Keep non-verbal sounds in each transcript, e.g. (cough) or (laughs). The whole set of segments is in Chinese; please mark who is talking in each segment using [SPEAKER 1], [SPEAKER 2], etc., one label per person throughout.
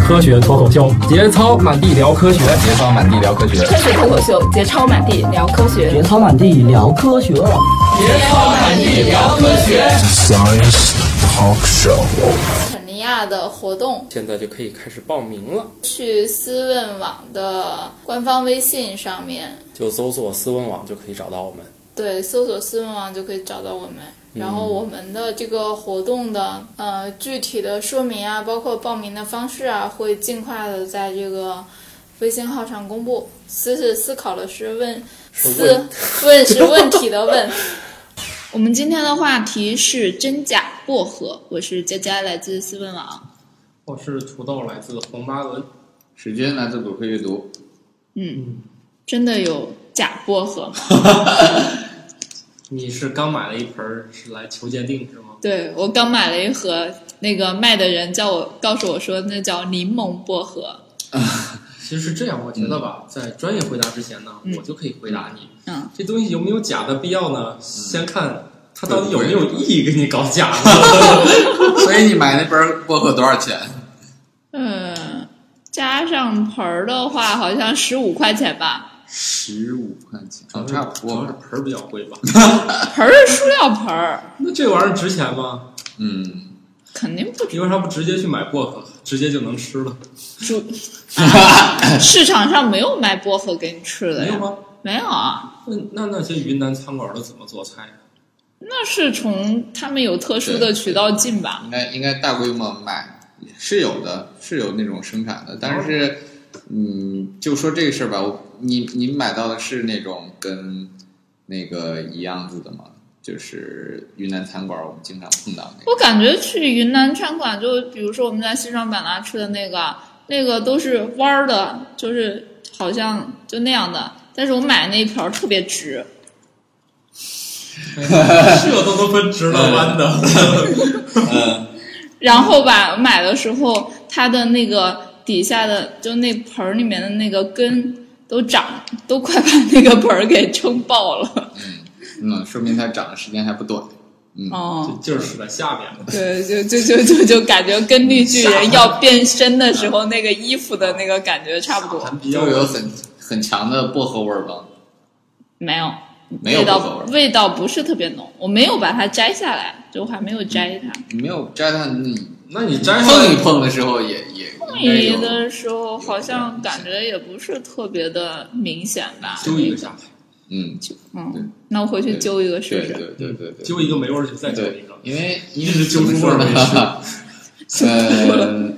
[SPEAKER 1] 科学脱口秀，节操满地聊科学，
[SPEAKER 2] 节操满地聊科学，
[SPEAKER 3] 科学脱口秀，节操满地聊科学，
[SPEAKER 4] 节操满地聊科学，
[SPEAKER 5] 节操满地聊科学。
[SPEAKER 6] Science Talk Show。
[SPEAKER 5] 肯尼亚的活动
[SPEAKER 7] 现在就可以开始报名了，
[SPEAKER 5] 去思问网的官方微信上面
[SPEAKER 7] 就搜索“思问网”就可以找到我们。
[SPEAKER 5] 对，搜索“思问网”就可以找到我们。然后我们的这个活动的呃具体的说明啊，包括报名的方式啊，会尽快的在这个微信号上公布。思是思考的是问思，问是问题的问。我们今天的话题是真假薄荷，我是佳佳，来自思问网。
[SPEAKER 8] 我哦是土豆，来自红八文。
[SPEAKER 9] 时间来自骨科阅读。 (laughs)
[SPEAKER 5] 嗯，真的有假薄荷吗？
[SPEAKER 8] 你是刚买了一盆，是来求鉴定是吗？
[SPEAKER 5] 对，我刚买了一盒，那个卖的人叫我告诉我说，那叫柠檬薄荷。
[SPEAKER 8] 其实是这样，我觉得吧，嗯、在专业回答之前呢，
[SPEAKER 5] 嗯、
[SPEAKER 8] 我就可以回答你。
[SPEAKER 5] 嗯，
[SPEAKER 8] 这东西有没有假的必要呢？嗯、先看它到底有没有意义给你搞假的。
[SPEAKER 9] 所以你买那盆薄荷多少钱？
[SPEAKER 5] 嗯，加上盆儿的话，好像十五块钱吧。
[SPEAKER 9] 十五块钱，哦，差不多。
[SPEAKER 8] 盆儿比较贵吧？
[SPEAKER 5] 盆儿是塑料盆儿。
[SPEAKER 8] 那这玩意儿值钱吗？
[SPEAKER 9] 嗯，
[SPEAKER 5] 肯定不值。
[SPEAKER 8] 你为啥不直接去买薄荷，直接就能吃了？
[SPEAKER 5] 主、
[SPEAKER 8] (laughs)
[SPEAKER 5] 啊、市场上没有卖薄荷给你吃
[SPEAKER 8] 呀？
[SPEAKER 5] 的
[SPEAKER 8] 没有吗？
[SPEAKER 5] 没有啊。
[SPEAKER 8] 那那那些云南餐馆都怎么做菜呀、啊？
[SPEAKER 5] 那是从他们有特殊的渠道进吧？
[SPEAKER 9] 应嗯该应该大规模卖是有的，是有那种生产的，但是。哦嗯，就说这个事儿吧，我你你买到的是那种跟那个一样子的吗？就是云南餐馆，我们经常碰到那
[SPEAKER 5] 个。我感觉去云南餐馆，就比如说我们在西双版纳吃的那个，那个都是弯儿的，就是好像就那样的。但是我买那一瓢特别直，
[SPEAKER 8] 这都都分直了弯的。
[SPEAKER 9] 嗯，
[SPEAKER 5] 然后吧，买的时候它的那个。底下的就那盆儿里面的那个根都长，都快把那个盆儿给撑爆
[SPEAKER 9] 了。嗯，嗯，说明它长的时间还不短。嗯，
[SPEAKER 5] 哦，
[SPEAKER 8] 就就是在下面了。
[SPEAKER 5] 对，就就就就就感觉跟绿巨人要变身的时候那个衣服的那个感觉差不多。
[SPEAKER 9] 就有很很强的薄荷味儿吧？
[SPEAKER 5] 没有，
[SPEAKER 9] 没有
[SPEAKER 5] 味道，味道不是特别浓。我没有把它摘下来，就还没有摘它。
[SPEAKER 9] 你没有摘它，你
[SPEAKER 8] 那你摘
[SPEAKER 9] 碰一碰的时候也也。
[SPEAKER 5] 碰的时候好像感觉也不是特别的明显吧？
[SPEAKER 8] 揪一个下来，
[SPEAKER 9] 嗯，
[SPEAKER 5] 嗯，那我回去揪一个试试。
[SPEAKER 9] 对对对对，
[SPEAKER 8] 揪一个没味儿就再揪一个，
[SPEAKER 9] 因为
[SPEAKER 8] 一直揪出味儿来。
[SPEAKER 9] (laughs) 呃，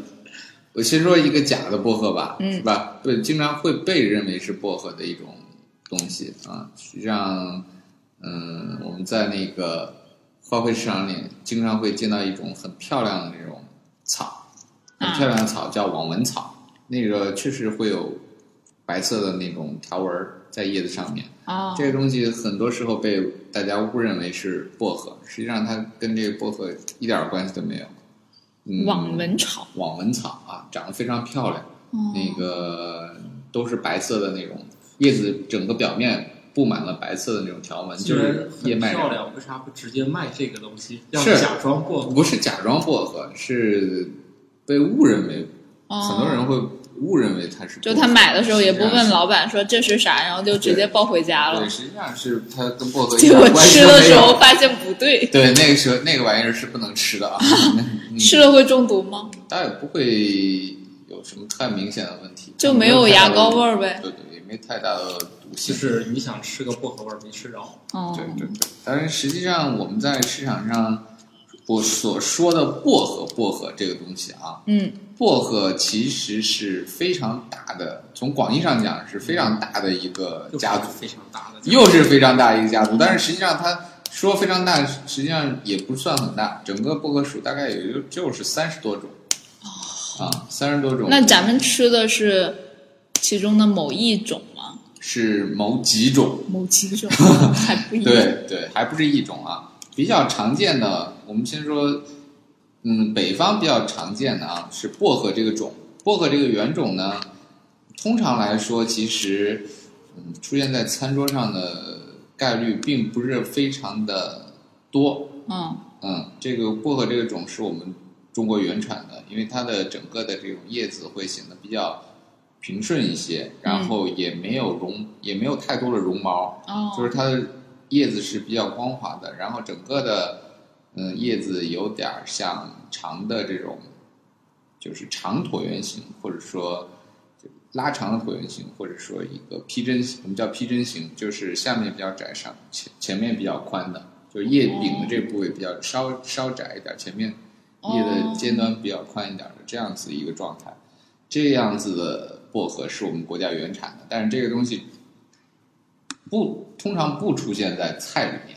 [SPEAKER 9] 我先说一个假的薄荷吧，
[SPEAKER 5] 嗯、
[SPEAKER 9] 是吧？对，经常会被认为是薄荷的一种东西啊。实际上，嗯，我们在那个花卉市场里经常会见到一种很漂亮的那种草。很漂亮的草叫网纹草，那个确实会有白色的那种条纹在叶子上面。
[SPEAKER 5] 哦，
[SPEAKER 9] 这个东西很多时候被大家误认为是薄荷，实际上它跟这个薄荷一点关系都没有。嗯、
[SPEAKER 5] 网纹草，
[SPEAKER 9] 网纹草啊，长得非常漂亮。
[SPEAKER 5] 哦，
[SPEAKER 9] 那个都是白色的那种叶子，整个表面布满了白色的那种条纹，就是叶脉。
[SPEAKER 8] 漂亮，为啥不直接卖这个东西？要
[SPEAKER 9] 是
[SPEAKER 8] 假装薄荷，
[SPEAKER 9] 不是假装薄荷是。被误认为，
[SPEAKER 5] 哦、
[SPEAKER 9] 很多人会误认为它是。
[SPEAKER 5] 就他买的时候也不问老板说这是啥，然后就直接抱回家了。
[SPEAKER 9] 啊对，实际上是它跟薄荷。
[SPEAKER 5] 结果吃的时候发现不对。
[SPEAKER 9] 对，那个时候那个玩意儿是不能吃
[SPEAKER 5] (laughs)
[SPEAKER 9] 的啊。
[SPEAKER 5] 吃了会中毒吗？
[SPEAKER 9] 倒也不会有什么太明显的问题，
[SPEAKER 5] 就
[SPEAKER 9] 没
[SPEAKER 5] 有牙膏味儿呗。
[SPEAKER 9] 对对，也没太大的毒
[SPEAKER 8] 就
[SPEAKER 9] 性。
[SPEAKER 8] 是你想吃个薄荷味儿没吃着。
[SPEAKER 5] 哦。
[SPEAKER 9] 对对对，但是实际上我们在市场上。我所说的薄荷，薄荷这个东西
[SPEAKER 5] 啊，嗯，
[SPEAKER 9] 薄荷其实是非常大的，从广义上讲是非常大的一个家族，
[SPEAKER 8] 非常大的，
[SPEAKER 9] 又是非常大一个家族。但是实际上它说非常大，实际上也不算很大。整个薄荷属大概也就就是三十多种，啊，三十多种。
[SPEAKER 5] 哦那咱们吃的是其中的某一种吗？
[SPEAKER 9] 是某几种，
[SPEAKER 5] 某几
[SPEAKER 9] (laughs)
[SPEAKER 5] 种，还不一
[SPEAKER 9] 对对，还不是一种啊。比较常见的，我们先说，嗯，北方比较常见的啊是薄荷这个种。薄荷这个原种呢，通常来说，其实嗯出现在餐桌上的概率并不是非常的多。
[SPEAKER 5] 嗯
[SPEAKER 9] 嗯，这个薄荷这个种是我们中国原产的，因为它的整个的这种叶子会显得比较平顺一些，然后也没有绒，也没有太多的绒毛，
[SPEAKER 10] 哦，
[SPEAKER 9] 就是它的叶子是比较光滑的，然后整个的嗯、呃叶子有点儿像长的这种，就是长椭圆形，或者说就拉长的椭圆形，或者说一个披针形，我们叫披针形，就是下面比较窄，上前前面比较宽的，就叶柄的这部位比较稍稍窄一点，前面叶的尖端比较宽一点的这样子一个状态。这样子的薄荷是我们国家原产的，但是这个东西不通常不出现在菜里面，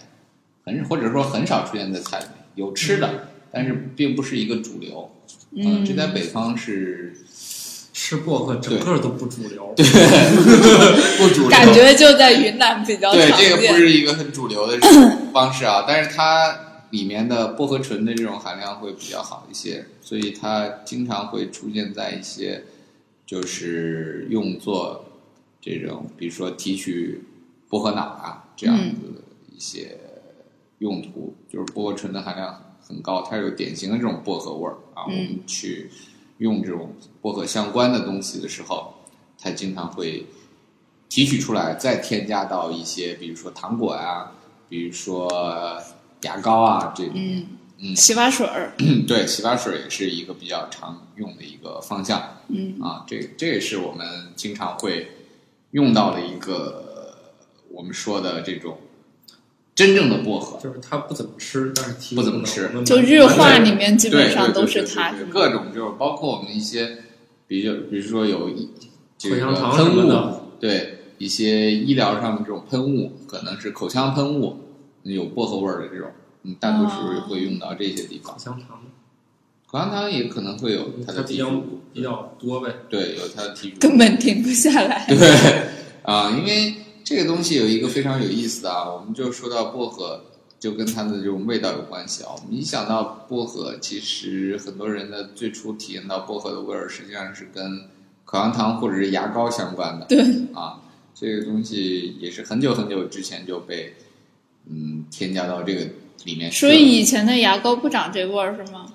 [SPEAKER 9] 很或者说很少出现在菜里面，有吃的，但是并不是一个主流。嗯，这在北方是
[SPEAKER 8] 吃薄荷整个都不主流。
[SPEAKER 9] 不主流，
[SPEAKER 10] 感觉就在云南比较
[SPEAKER 9] 对
[SPEAKER 10] 常
[SPEAKER 9] 这
[SPEAKER 10] 见。
[SPEAKER 9] 个不是一个很主流的这种方式啊，但是它里面的薄荷醇的这种含量会比较好一些，所以它经常会出现在一些就是用作这种，比如说提取薄荷脑啊这样子的一些用途，就是薄荷醇的含量很高，它有典型的这种薄荷味儿啊。我们去用这种薄荷相关的东西的时候，它经常会提取出来，再添加到一些，比如说糖果啊，比如说牙膏啊这种。
[SPEAKER 10] 嗯
[SPEAKER 9] 嗯
[SPEAKER 10] 洗发水儿，
[SPEAKER 9] 对，洗发水也是一个比较常用的一个方向。嗯啊，这这也是我们经常会用到的一个我们说的这种真正的薄
[SPEAKER 8] (laughs)
[SPEAKER 9] 荷。
[SPEAKER 8] 就是它不怎么吃，但是提
[SPEAKER 9] 不怎么吃
[SPEAKER 8] 我们
[SPEAKER 10] 就日化里面基本上
[SPEAKER 9] 嗯对对对
[SPEAKER 10] 都是
[SPEAKER 9] 对
[SPEAKER 10] 它，
[SPEAKER 9] 对
[SPEAKER 10] 是吗
[SPEAKER 9] 各种就是包括我们一些，比较比如说有一这
[SPEAKER 8] 口
[SPEAKER 9] 个
[SPEAKER 8] 香糖什
[SPEAKER 9] 喷
[SPEAKER 8] 么
[SPEAKER 9] 雾
[SPEAKER 8] 的，
[SPEAKER 9] 对一些医疗上的这种喷雾，可能是口腔喷雾，有薄荷味儿的这种，嗯，大多数会用到这些地方
[SPEAKER 8] 口。香糖，
[SPEAKER 9] 口香糖也可能会有它
[SPEAKER 8] 它
[SPEAKER 9] 的
[SPEAKER 8] 比
[SPEAKER 9] 提
[SPEAKER 8] 较
[SPEAKER 9] 取物，
[SPEAKER 8] 比较多呗。
[SPEAKER 9] 对，有它的提取物。
[SPEAKER 10] (laughs) 根本停不下来。
[SPEAKER 9] (laughs) 对啊，因为这个东西有一个非常有意思的啊，我们就说到薄荷，就跟它的这种味道有关系啊。我们一想到薄荷，其实很多人的最初体验到薄荷的味儿，实际上是跟口香糖或者是牙膏相关的。对啊，这个东西也是很久很久之前就被嗯添加到这个里面去
[SPEAKER 10] 所
[SPEAKER 9] 了。
[SPEAKER 10] 以以前的牙膏不长这味儿是吗？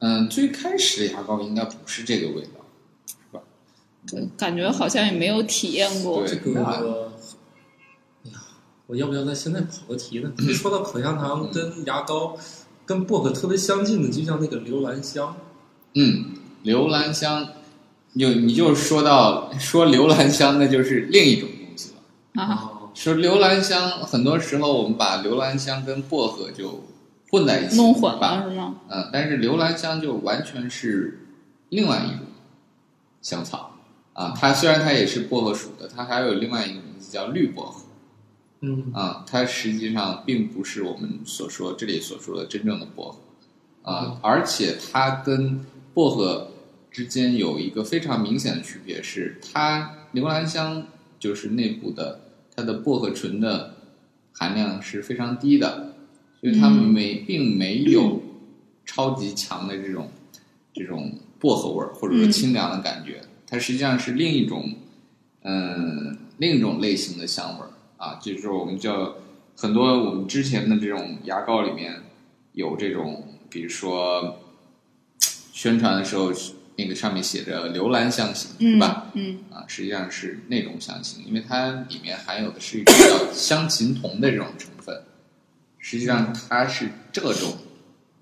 [SPEAKER 9] 嗯，最开始牙膏应该不是这个味道。
[SPEAKER 10] 感觉好像也没有体验过。
[SPEAKER 9] 对
[SPEAKER 8] 这个，哎呀，我要不要在现在跑个题呢？你说到口香糖跟牙膏、跟薄荷特别相近的，就像那个留兰香，
[SPEAKER 9] 嗯，留兰香，有你就说到说留兰香，那就是另一种东西了。
[SPEAKER 8] 啊，
[SPEAKER 9] 说留兰香，很多时候我们把留兰香跟薄荷就混在一起，
[SPEAKER 10] 弄混了
[SPEAKER 9] 吧？
[SPEAKER 10] 是吗？
[SPEAKER 9] 嗯，但是留兰香就完全是另外一种香草啊。它虽然它也是薄荷属的，它还有另外一个名字叫绿薄荷。
[SPEAKER 8] 嗯，
[SPEAKER 9] 啊，它实际上并不是我们所说这里所说的真正的薄荷啊，而且它跟薄荷之间有一个非常明显的区别是，它留兰香就是内部的它的薄荷醇的含量是非常低的，所以它没并没有超级强的这种这种薄荷味儿或者说清凉的感觉，它实际上是另一种嗯，另一种类型的香味儿啊，就是我们叫很多我们之前的这种牙膏里面有这种，比如说宣传的时候那个上面写着“留兰香型”是吧？
[SPEAKER 10] 嗯，
[SPEAKER 9] 啊，实际上是那种香型，因为它里面含有的是一种叫香芹酮的这种成分，实际上它是这种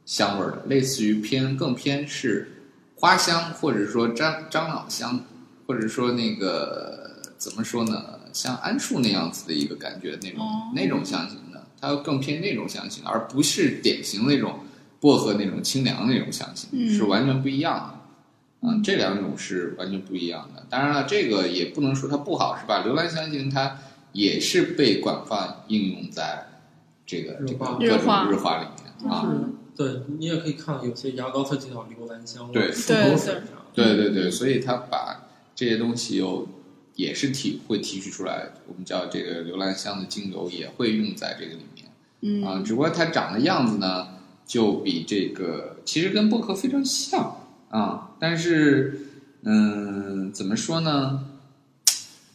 [SPEAKER 9] 香味儿的，类似于偏更偏是花香，或者说樟樟脑香，或者说那个怎么说呢，像桉树那样子的一个感觉那种、那种香型的，它更偏那种香型，而不是典型那种薄荷那种清凉那种香型，是完全不一样的。嗯，这两种是完全不一样的。当然了，这个也不能说它不好，是吧？留兰香型它也是被广泛应用在这个这个各
[SPEAKER 10] 日化嗯
[SPEAKER 9] 种日化里面啊。
[SPEAKER 8] 对你也可以看到有些牙膏它就叫留兰香，
[SPEAKER 9] 对
[SPEAKER 8] 漱口水啥，
[SPEAKER 9] 对对对，所以他把这些东西又也是提会提取出来，我们叫这个留兰香的精油也会用在这个里面。嗯啊，只不过它长的样子呢，就比这个其实跟薄荷非常像啊，但是嗯，怎么说呢？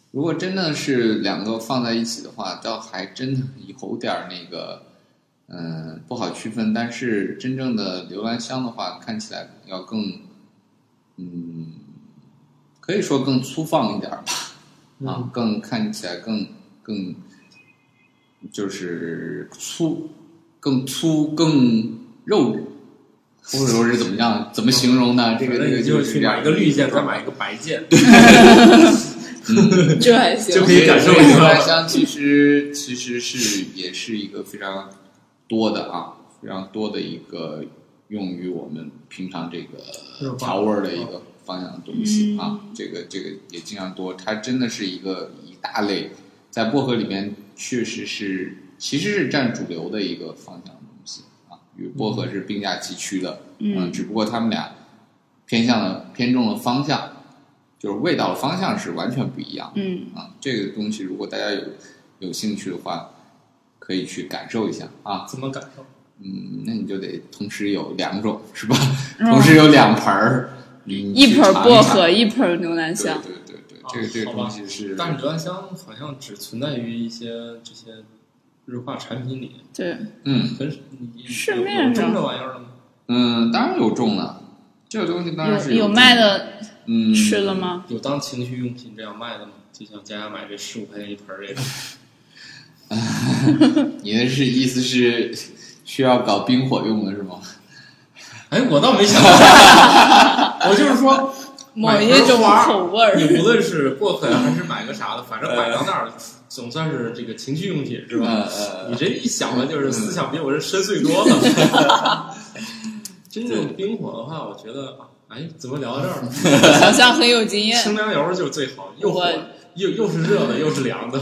[SPEAKER 9] 如果真的是两个放在一起的话，倒还真的有点儿那个嗯不好区分。但是真正的留兰香的话，看起来要更，嗯，可以说更粗放一点儿吧，啊，更看起来更更就是粗，更粗更肉。或者说是怎么样？怎么形容呢？这个
[SPEAKER 8] 反
[SPEAKER 9] 这
[SPEAKER 8] 正
[SPEAKER 9] 个
[SPEAKER 8] 你就
[SPEAKER 9] 就是
[SPEAKER 8] 去
[SPEAKER 9] 这
[SPEAKER 8] 啊
[SPEAKER 9] 样
[SPEAKER 8] 买一个绿箭，再买一个白箭，
[SPEAKER 11] 这还行。
[SPEAKER 8] 就可以感受一
[SPEAKER 9] 留兰
[SPEAKER 8] 下。
[SPEAKER 9] 香其实其实是也是一个非常多的啊，非常多的一个用于我们平常这个调味儿的一个方向的东西啊。这个这个也经常多，它真的是一个一大类，在薄荷里面确实是其实是占主流的一个方向的东西啊，与薄荷是并驾齐驱的，嗯，只不过他们俩偏向了偏重了方向，就是味道的方向是完全不一样的。
[SPEAKER 11] 嗯，
[SPEAKER 9] 啊，这个东西如果大家有有兴趣的话，可以去感受一下
[SPEAKER 8] (laughs)
[SPEAKER 9] 啊。
[SPEAKER 8] 怎么感受？
[SPEAKER 9] 嗯，那你就得同时有两种是吧？同时有两盆儿，嗯
[SPEAKER 5] 嗯一盆薄，荷，
[SPEAKER 9] 去
[SPEAKER 5] 一盆牛兰
[SPEAKER 9] 尝尝
[SPEAKER 5] 香。
[SPEAKER 9] 对对对
[SPEAKER 8] 啊
[SPEAKER 9] 对，这个这个
[SPEAKER 8] 好吧
[SPEAKER 9] 东西是
[SPEAKER 8] 但是留兰香好像只存在于一些这些日化产品里，
[SPEAKER 5] 对，
[SPEAKER 9] 嗯
[SPEAKER 8] 很少你
[SPEAKER 5] 市
[SPEAKER 8] 有
[SPEAKER 5] 面上
[SPEAKER 8] 有种这玩意儿了吗？
[SPEAKER 9] 嗯，当然有种了，这个东西当然
[SPEAKER 5] 有
[SPEAKER 9] 是
[SPEAKER 5] 有
[SPEAKER 9] 种
[SPEAKER 5] 卖的
[SPEAKER 9] 嗯
[SPEAKER 5] 吃的吗？
[SPEAKER 8] 有当情趣用品这样卖的吗？就像家家买这十五块钱一盆儿这种，
[SPEAKER 9] 你的是意思是需要搞冰火用的是吗？
[SPEAKER 8] 哎，我倒没想到，我就是说，
[SPEAKER 5] (laughs) 某一种口味
[SPEAKER 9] (laughs)
[SPEAKER 5] 儿，
[SPEAKER 8] 你无论是薄荷呀还是买个啥的，反正买到那 (laughs) 儿总算是这个情趣用品是吧？
[SPEAKER 9] 呃
[SPEAKER 8] 你这一想呢，就是思想比我这深邃多
[SPEAKER 5] (laughs)
[SPEAKER 8] 了。真正冰火的话，我觉得啊，哎，怎么聊到这儿了？
[SPEAKER 5] 好像很有经验。
[SPEAKER 8] 清凉油就是最好，又火
[SPEAKER 5] 我
[SPEAKER 8] 又又是热的，又是凉的。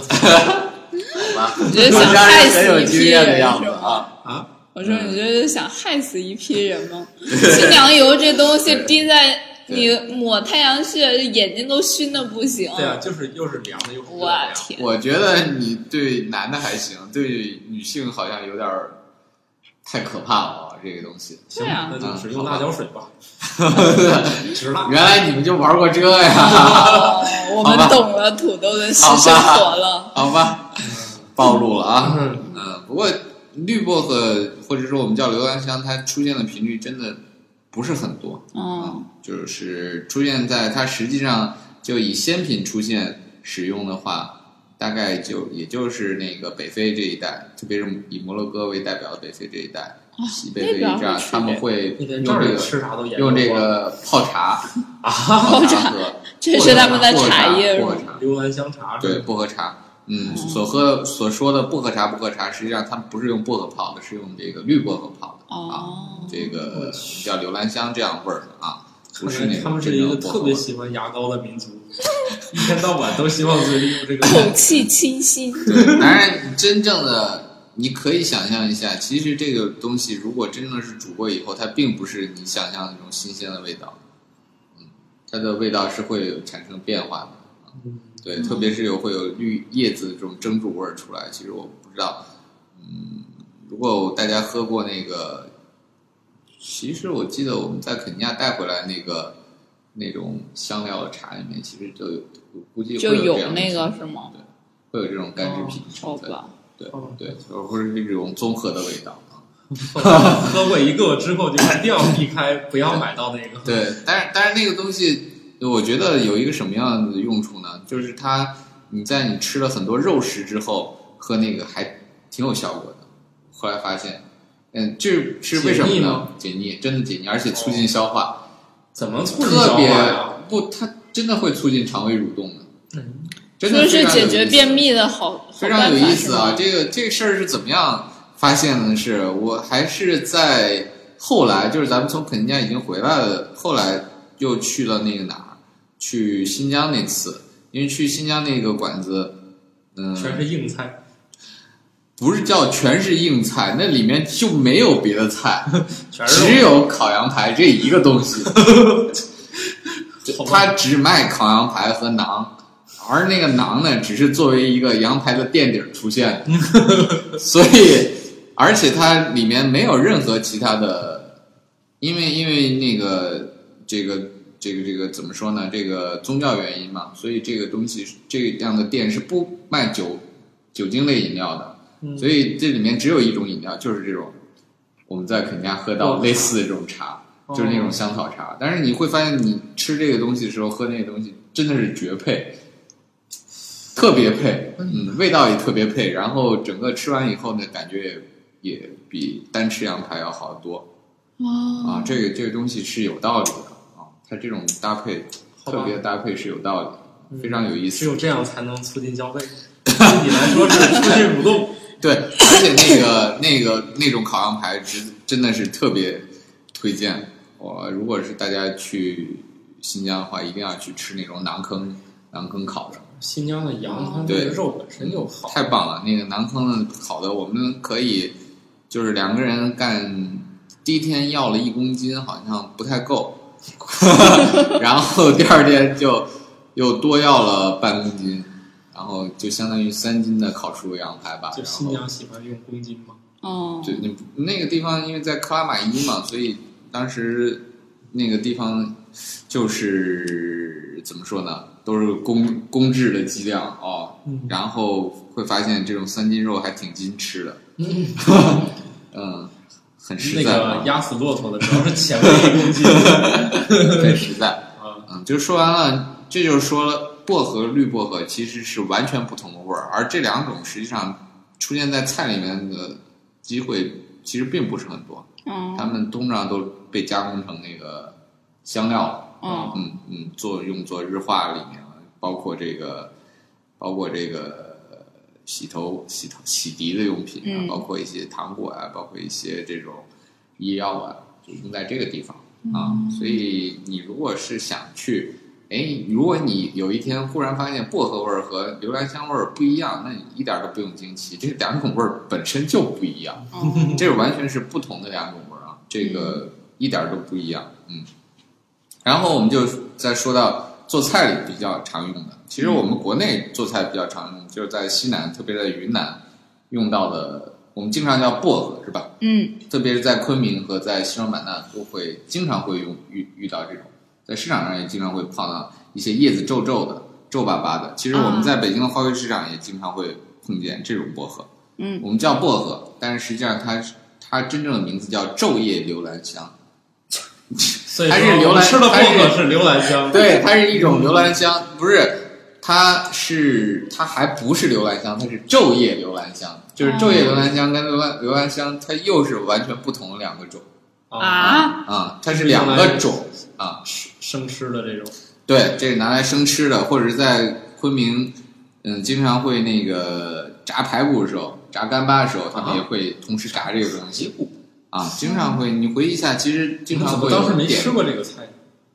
[SPEAKER 5] 你这是想
[SPEAKER 9] 当然
[SPEAKER 5] 害
[SPEAKER 9] 是很
[SPEAKER 5] 死
[SPEAKER 9] 有
[SPEAKER 5] 一
[SPEAKER 9] 经
[SPEAKER 5] 批
[SPEAKER 9] 验的
[SPEAKER 5] 人
[SPEAKER 9] 样
[SPEAKER 5] 是
[SPEAKER 9] 子
[SPEAKER 5] 吗？
[SPEAKER 9] 啊。
[SPEAKER 5] 我说你这是想害死一批人吗？
[SPEAKER 9] 嗯
[SPEAKER 5] 清凉油这东西滴在你抹太阳穴，眼睛都熏的不行。
[SPEAKER 8] 对啊，就是又是凉的，又是热的
[SPEAKER 5] 我
[SPEAKER 8] 呀。
[SPEAKER 5] 天，
[SPEAKER 9] 我觉得你对男的还行，对女性好像有点儿太可怕了啊，这个东西。
[SPEAKER 8] 行
[SPEAKER 5] 对啊
[SPEAKER 8] 吧，那
[SPEAKER 9] 嗯
[SPEAKER 8] 就只用辣椒水
[SPEAKER 9] (laughs)
[SPEAKER 8] 吧，直辣。
[SPEAKER 9] 原来你们就玩过这呀？ (laughs)
[SPEAKER 5] 哦，我们
[SPEAKER 9] 好吧
[SPEAKER 5] 懂了土豆的私生活了。
[SPEAKER 9] 好吧，暴露了啊。嗯，不过绿薄荷或者说我们叫留兰香，它出现的频率真的不是很多。
[SPEAKER 5] 哦，
[SPEAKER 9] 就是出现在它实际上就以鲜品出现使用的话，大概就也就是那个北非这一带，特别是以摩洛哥为代表的北非这一带，西北非
[SPEAKER 5] 哦那
[SPEAKER 9] 一
[SPEAKER 5] 边
[SPEAKER 9] 带
[SPEAKER 5] 会吃，
[SPEAKER 9] 他们会
[SPEAKER 8] 那天
[SPEAKER 9] 用
[SPEAKER 8] 这
[SPEAKER 9] 这
[SPEAKER 8] 儿
[SPEAKER 9] 个
[SPEAKER 8] 吃啥都研究
[SPEAKER 9] 用这
[SPEAKER 8] 过
[SPEAKER 9] 个泡
[SPEAKER 5] (laughs)
[SPEAKER 9] 茶啊，泡茶喝，
[SPEAKER 5] 这是他们的茶叶
[SPEAKER 9] 薄
[SPEAKER 5] 吗
[SPEAKER 9] 荷？茶
[SPEAKER 8] 溜完香茶
[SPEAKER 9] 对，薄荷茶。嗯，所喝所说的薄荷茶，薄荷茶，实际上他们不是用薄荷泡的，是用这个绿薄荷泡的、啊
[SPEAKER 5] 哦，
[SPEAKER 9] 这个叫留兰香这样味儿的啊，不是
[SPEAKER 8] 看来他
[SPEAKER 9] 那种
[SPEAKER 8] 们
[SPEAKER 9] 真
[SPEAKER 8] 是一
[SPEAKER 9] 正
[SPEAKER 8] 个
[SPEAKER 9] 的薄荷
[SPEAKER 8] 特
[SPEAKER 9] 味
[SPEAKER 8] 别
[SPEAKER 9] 儿。
[SPEAKER 8] 喜欢牙膏的民族，一天到晚都希望嘴里有这个。
[SPEAKER 5] 口气清新。 (laughs)
[SPEAKER 9] 对，当然，真正的你可以想象一下，其实这个东西如果真正是煮过以后，它并不是你想象的那种新鲜的味道，嗯，它的味道是会有产生变化的。
[SPEAKER 5] 嗯
[SPEAKER 9] 对，特别是有会有绿叶子这种蒸煮味儿出来，其实我不知道，嗯，如果大家喝过那个，其实我记得我们在肯尼亚带回来那个那种香料茶里面，其实就有估计
[SPEAKER 5] 就
[SPEAKER 9] 会 (laughs) 有
[SPEAKER 5] 有
[SPEAKER 9] 这样的
[SPEAKER 5] 那个
[SPEAKER 9] 成分
[SPEAKER 5] 是吗
[SPEAKER 9] 对，会有这种干制品
[SPEAKER 5] 哦好
[SPEAKER 9] 成分，
[SPEAKER 5] 吧，
[SPEAKER 9] 对对，或者是这种综合的味道啊。
[SPEAKER 8] 喝过一个之后就一定要避开，不要买到那个。
[SPEAKER 9] 对，但是但是那个东西，我觉得有一个什么样的用处呢？就是它，你在你吃了很多肉食之后，喝那个还挺有效果的。后来发现，嗯，这是为什么
[SPEAKER 8] 解腻
[SPEAKER 9] 呢
[SPEAKER 8] 吗？
[SPEAKER 9] 解腻，真的解腻，而且促进消化，
[SPEAKER 8] 怎么促进
[SPEAKER 9] 特
[SPEAKER 8] 消化
[SPEAKER 9] 别
[SPEAKER 8] 呀？嗯
[SPEAKER 9] 不，它真的会促进肠胃蠕动的。真的
[SPEAKER 5] 说
[SPEAKER 9] 非
[SPEAKER 5] 是
[SPEAKER 9] 常
[SPEAKER 5] 解
[SPEAKER 9] 有意
[SPEAKER 5] 决
[SPEAKER 9] 思啊
[SPEAKER 5] 便秘的好好
[SPEAKER 9] 非常
[SPEAKER 5] 办
[SPEAKER 9] 有
[SPEAKER 5] 法是
[SPEAKER 9] 意思啊！
[SPEAKER 5] 吗？
[SPEAKER 9] 这个这个事儿是怎么样发现的呢？是我还是在后来，就是咱们从肯尼亚已经回来了，后来又去了那个哪儿，去新疆那次，因为去新疆那个馆子，嗯，
[SPEAKER 8] 全是硬菜，
[SPEAKER 9] 不是叫全是硬菜，那里面就没有别的
[SPEAKER 8] (laughs)
[SPEAKER 9] 菜，
[SPEAKER 8] 全
[SPEAKER 9] 只
[SPEAKER 8] 是肉。
[SPEAKER 9] 有烤羊排这一个东西，
[SPEAKER 8] (laughs) 好吧
[SPEAKER 9] 它只卖烤羊排和馕，而那个馕呢，只是作为一个羊排的垫底儿出现
[SPEAKER 8] (laughs)
[SPEAKER 9] 的，所以而且它里面没有任何其他的，因为因为那个这个这个这个怎么说呢？这个宗教原因嘛，所以这个东西这样的店是不卖酒酒精类饮料的，
[SPEAKER 8] 嗯
[SPEAKER 9] 所以这里面只有一种饮料，就是这种我们在肯尼亚喝到类似这种茶，
[SPEAKER 8] 哦
[SPEAKER 9] 就是那种香草茶。但是你会发现，你吃这个东西的时候喝那个东西真的是绝配，特别配，嗯，味道也特别配。然后整个吃完以后呢，感觉也也比单吃羊排要好得多。
[SPEAKER 5] 哦
[SPEAKER 8] 哦
[SPEAKER 9] 啊，这个这个东西是有道理的啊，它这种搭配
[SPEAKER 8] 好吧嗯
[SPEAKER 9] 特别搭配是有道理的，非常有意思。
[SPEAKER 8] 只有这样才能促进消费。对你来说是促进蠕动，
[SPEAKER 9] 对，而且那个那个那种烤羊排真真的是特别推荐。我如果是大家去新疆的话，一定要去吃那种馕坑馕坑烤的，
[SPEAKER 8] 新疆的羊它那
[SPEAKER 9] 嗯对
[SPEAKER 8] 个肉本身就好，
[SPEAKER 9] 太棒了！那个馕坑的烤的，我们可以就是两个人干，第一天要了一公斤，好像不太
[SPEAKER 8] (laughs)
[SPEAKER 9] 够，然后第二天就又多要了半公斤，然后就相当于三斤的烤熟羊排吧。
[SPEAKER 8] 就
[SPEAKER 9] 然
[SPEAKER 8] 新
[SPEAKER 9] 后
[SPEAKER 8] 疆喜欢用公斤嘛。
[SPEAKER 5] 哦，
[SPEAKER 9] 对，你那个地方因为在克拉玛依嘛，所以当时那个地方就是怎么说呢，都是公公制的鸡量哦，
[SPEAKER 8] 嗯
[SPEAKER 9] 然后会发现这种三斤肉还挺斤吃的， (laughs) 嗯，很实
[SPEAKER 8] 那
[SPEAKER 9] 在
[SPEAKER 8] 个
[SPEAKER 9] 啊，
[SPEAKER 8] 压死骆驼的主要是前面一公
[SPEAKER 9] (laughs)
[SPEAKER 8] 斤
[SPEAKER 9] 很实在。
[SPEAKER 8] 啊，
[SPEAKER 9] 嗯，就说完了，这就是说了薄荷、绿薄荷其实是完全不同的味儿，而这两种实际上出现在菜里面的机会其实并不是很多。
[SPEAKER 5] 哦
[SPEAKER 9] 他们通常都被加工成那个香料了。
[SPEAKER 5] 哦
[SPEAKER 9] 嗯嗯，做用作日化里面了，包括这个，包括这个呃洗头、洗头、洗涤的用品啊，
[SPEAKER 5] 嗯
[SPEAKER 9] 包括一些糖果啊，包括一些这种医药啊，就用在这个地方啊。所以你如果是想去。哎，如果你有一天忽然发现薄荷味儿和留兰香味儿不一样，那你一点儿都不用惊奇，这两种味儿本身就不一样。
[SPEAKER 5] 哦，
[SPEAKER 9] 这完全是不同的两种味儿啊，这个一点儿都不一样。嗯，然后我们就再说到做菜里比较常用的，其实我们国内做菜比较常用，就是在西南，特别在云南用到的，我们经常叫薄荷，是吧？
[SPEAKER 5] 嗯，
[SPEAKER 9] 特别是在昆明和在西双版纳都会经常会用遇遇到这种，在市场上也经常会碰到一些叶子皱皱的、皱巴巴的。其实我们在北京的花卉市场也经常会碰见这种薄荷，
[SPEAKER 5] 嗯，
[SPEAKER 9] 我们叫薄荷，但是实际上它是它真正的名字叫昼夜留兰香，
[SPEAKER 8] 所以
[SPEAKER 9] 还是
[SPEAKER 8] 说
[SPEAKER 9] 浏
[SPEAKER 8] 我
[SPEAKER 9] 览
[SPEAKER 8] 们吃的薄
[SPEAKER 9] 还是
[SPEAKER 8] 荷是浏览香，
[SPEAKER 9] (laughs) 对，它是一种留兰香，不是，它是它还不是留兰香，它是昼夜留兰香，就是昼夜留兰香跟留兰留兰香它又是完全不同的两个种。
[SPEAKER 5] 啊，
[SPEAKER 9] 啊，它是两个种啊。
[SPEAKER 8] 吃生吃的这种，
[SPEAKER 9] 对，这是拿来生吃的，或者是在昆明，嗯，经常会那个炸排骨的时候，炸干巴的时候，他们也会同时炸这个东西。啊，经常会，你回忆一下，其实
[SPEAKER 8] 你
[SPEAKER 9] 经
[SPEAKER 8] 们
[SPEAKER 9] 常
[SPEAKER 8] 怎
[SPEAKER 9] 会
[SPEAKER 8] 么当时
[SPEAKER 9] 有
[SPEAKER 8] 没
[SPEAKER 9] 点
[SPEAKER 8] 吃，过这个菜？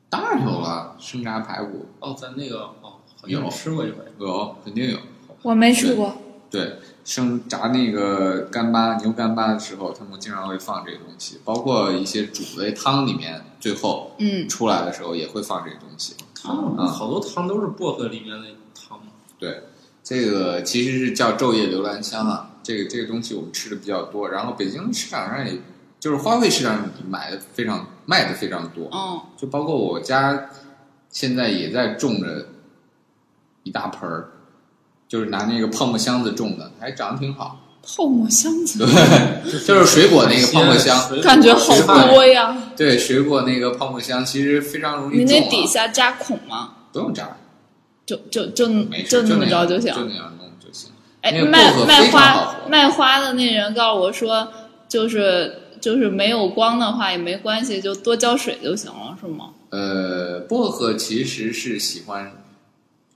[SPEAKER 9] 当然有了，生炸排骨
[SPEAKER 8] 哦，咱那个哦，好
[SPEAKER 9] 有
[SPEAKER 8] 像吃过一回，
[SPEAKER 9] 有，肯定有。
[SPEAKER 10] 我没
[SPEAKER 9] 吃
[SPEAKER 10] 过，
[SPEAKER 9] 对，生炸那个干巴牛干巴的时候，他们经常会放这个东西，包括一些煮的汤里面，最后
[SPEAKER 5] 嗯，
[SPEAKER 9] 出来的时候也会放这个东西。
[SPEAKER 8] 汤
[SPEAKER 9] 嗯
[SPEAKER 8] 好多汤都是薄荷里面的汤嘛。
[SPEAKER 9] 对，这个其实是叫昼夜留兰香啊，这个这个东西我们吃的比较多，然后北京市场上也就是花卉市场买的非常卖的非常多，
[SPEAKER 5] 哦，
[SPEAKER 9] 就包括我家现在也在种着一大盆儿，就是拿那个泡沫箱子种的，还长得挺好，
[SPEAKER 5] 泡沫箱
[SPEAKER 9] (laughs)
[SPEAKER 5] 子，
[SPEAKER 9] 就是水果那个泡沫箱，
[SPEAKER 8] 水果
[SPEAKER 5] 感觉好多呀。
[SPEAKER 9] 对，水果那个泡沫箱其实非常容易
[SPEAKER 5] 你
[SPEAKER 9] 种、啊，
[SPEAKER 5] 那底下扎孔吗？
[SPEAKER 9] 不用扎，
[SPEAKER 5] 就就就
[SPEAKER 9] 没事，
[SPEAKER 5] 就那么
[SPEAKER 9] 样
[SPEAKER 5] 着就行
[SPEAKER 9] 就。那样弄就行。
[SPEAKER 5] 哎，
[SPEAKER 9] 那个
[SPEAKER 5] 卖
[SPEAKER 9] 薄荷
[SPEAKER 5] 卖
[SPEAKER 9] 非常好
[SPEAKER 5] 花
[SPEAKER 9] 活
[SPEAKER 5] 卖花的那人告诉我说，就是就是没有光的话也没关系，就多浇水就行了，是吗？
[SPEAKER 9] 呃，薄荷其实是喜欢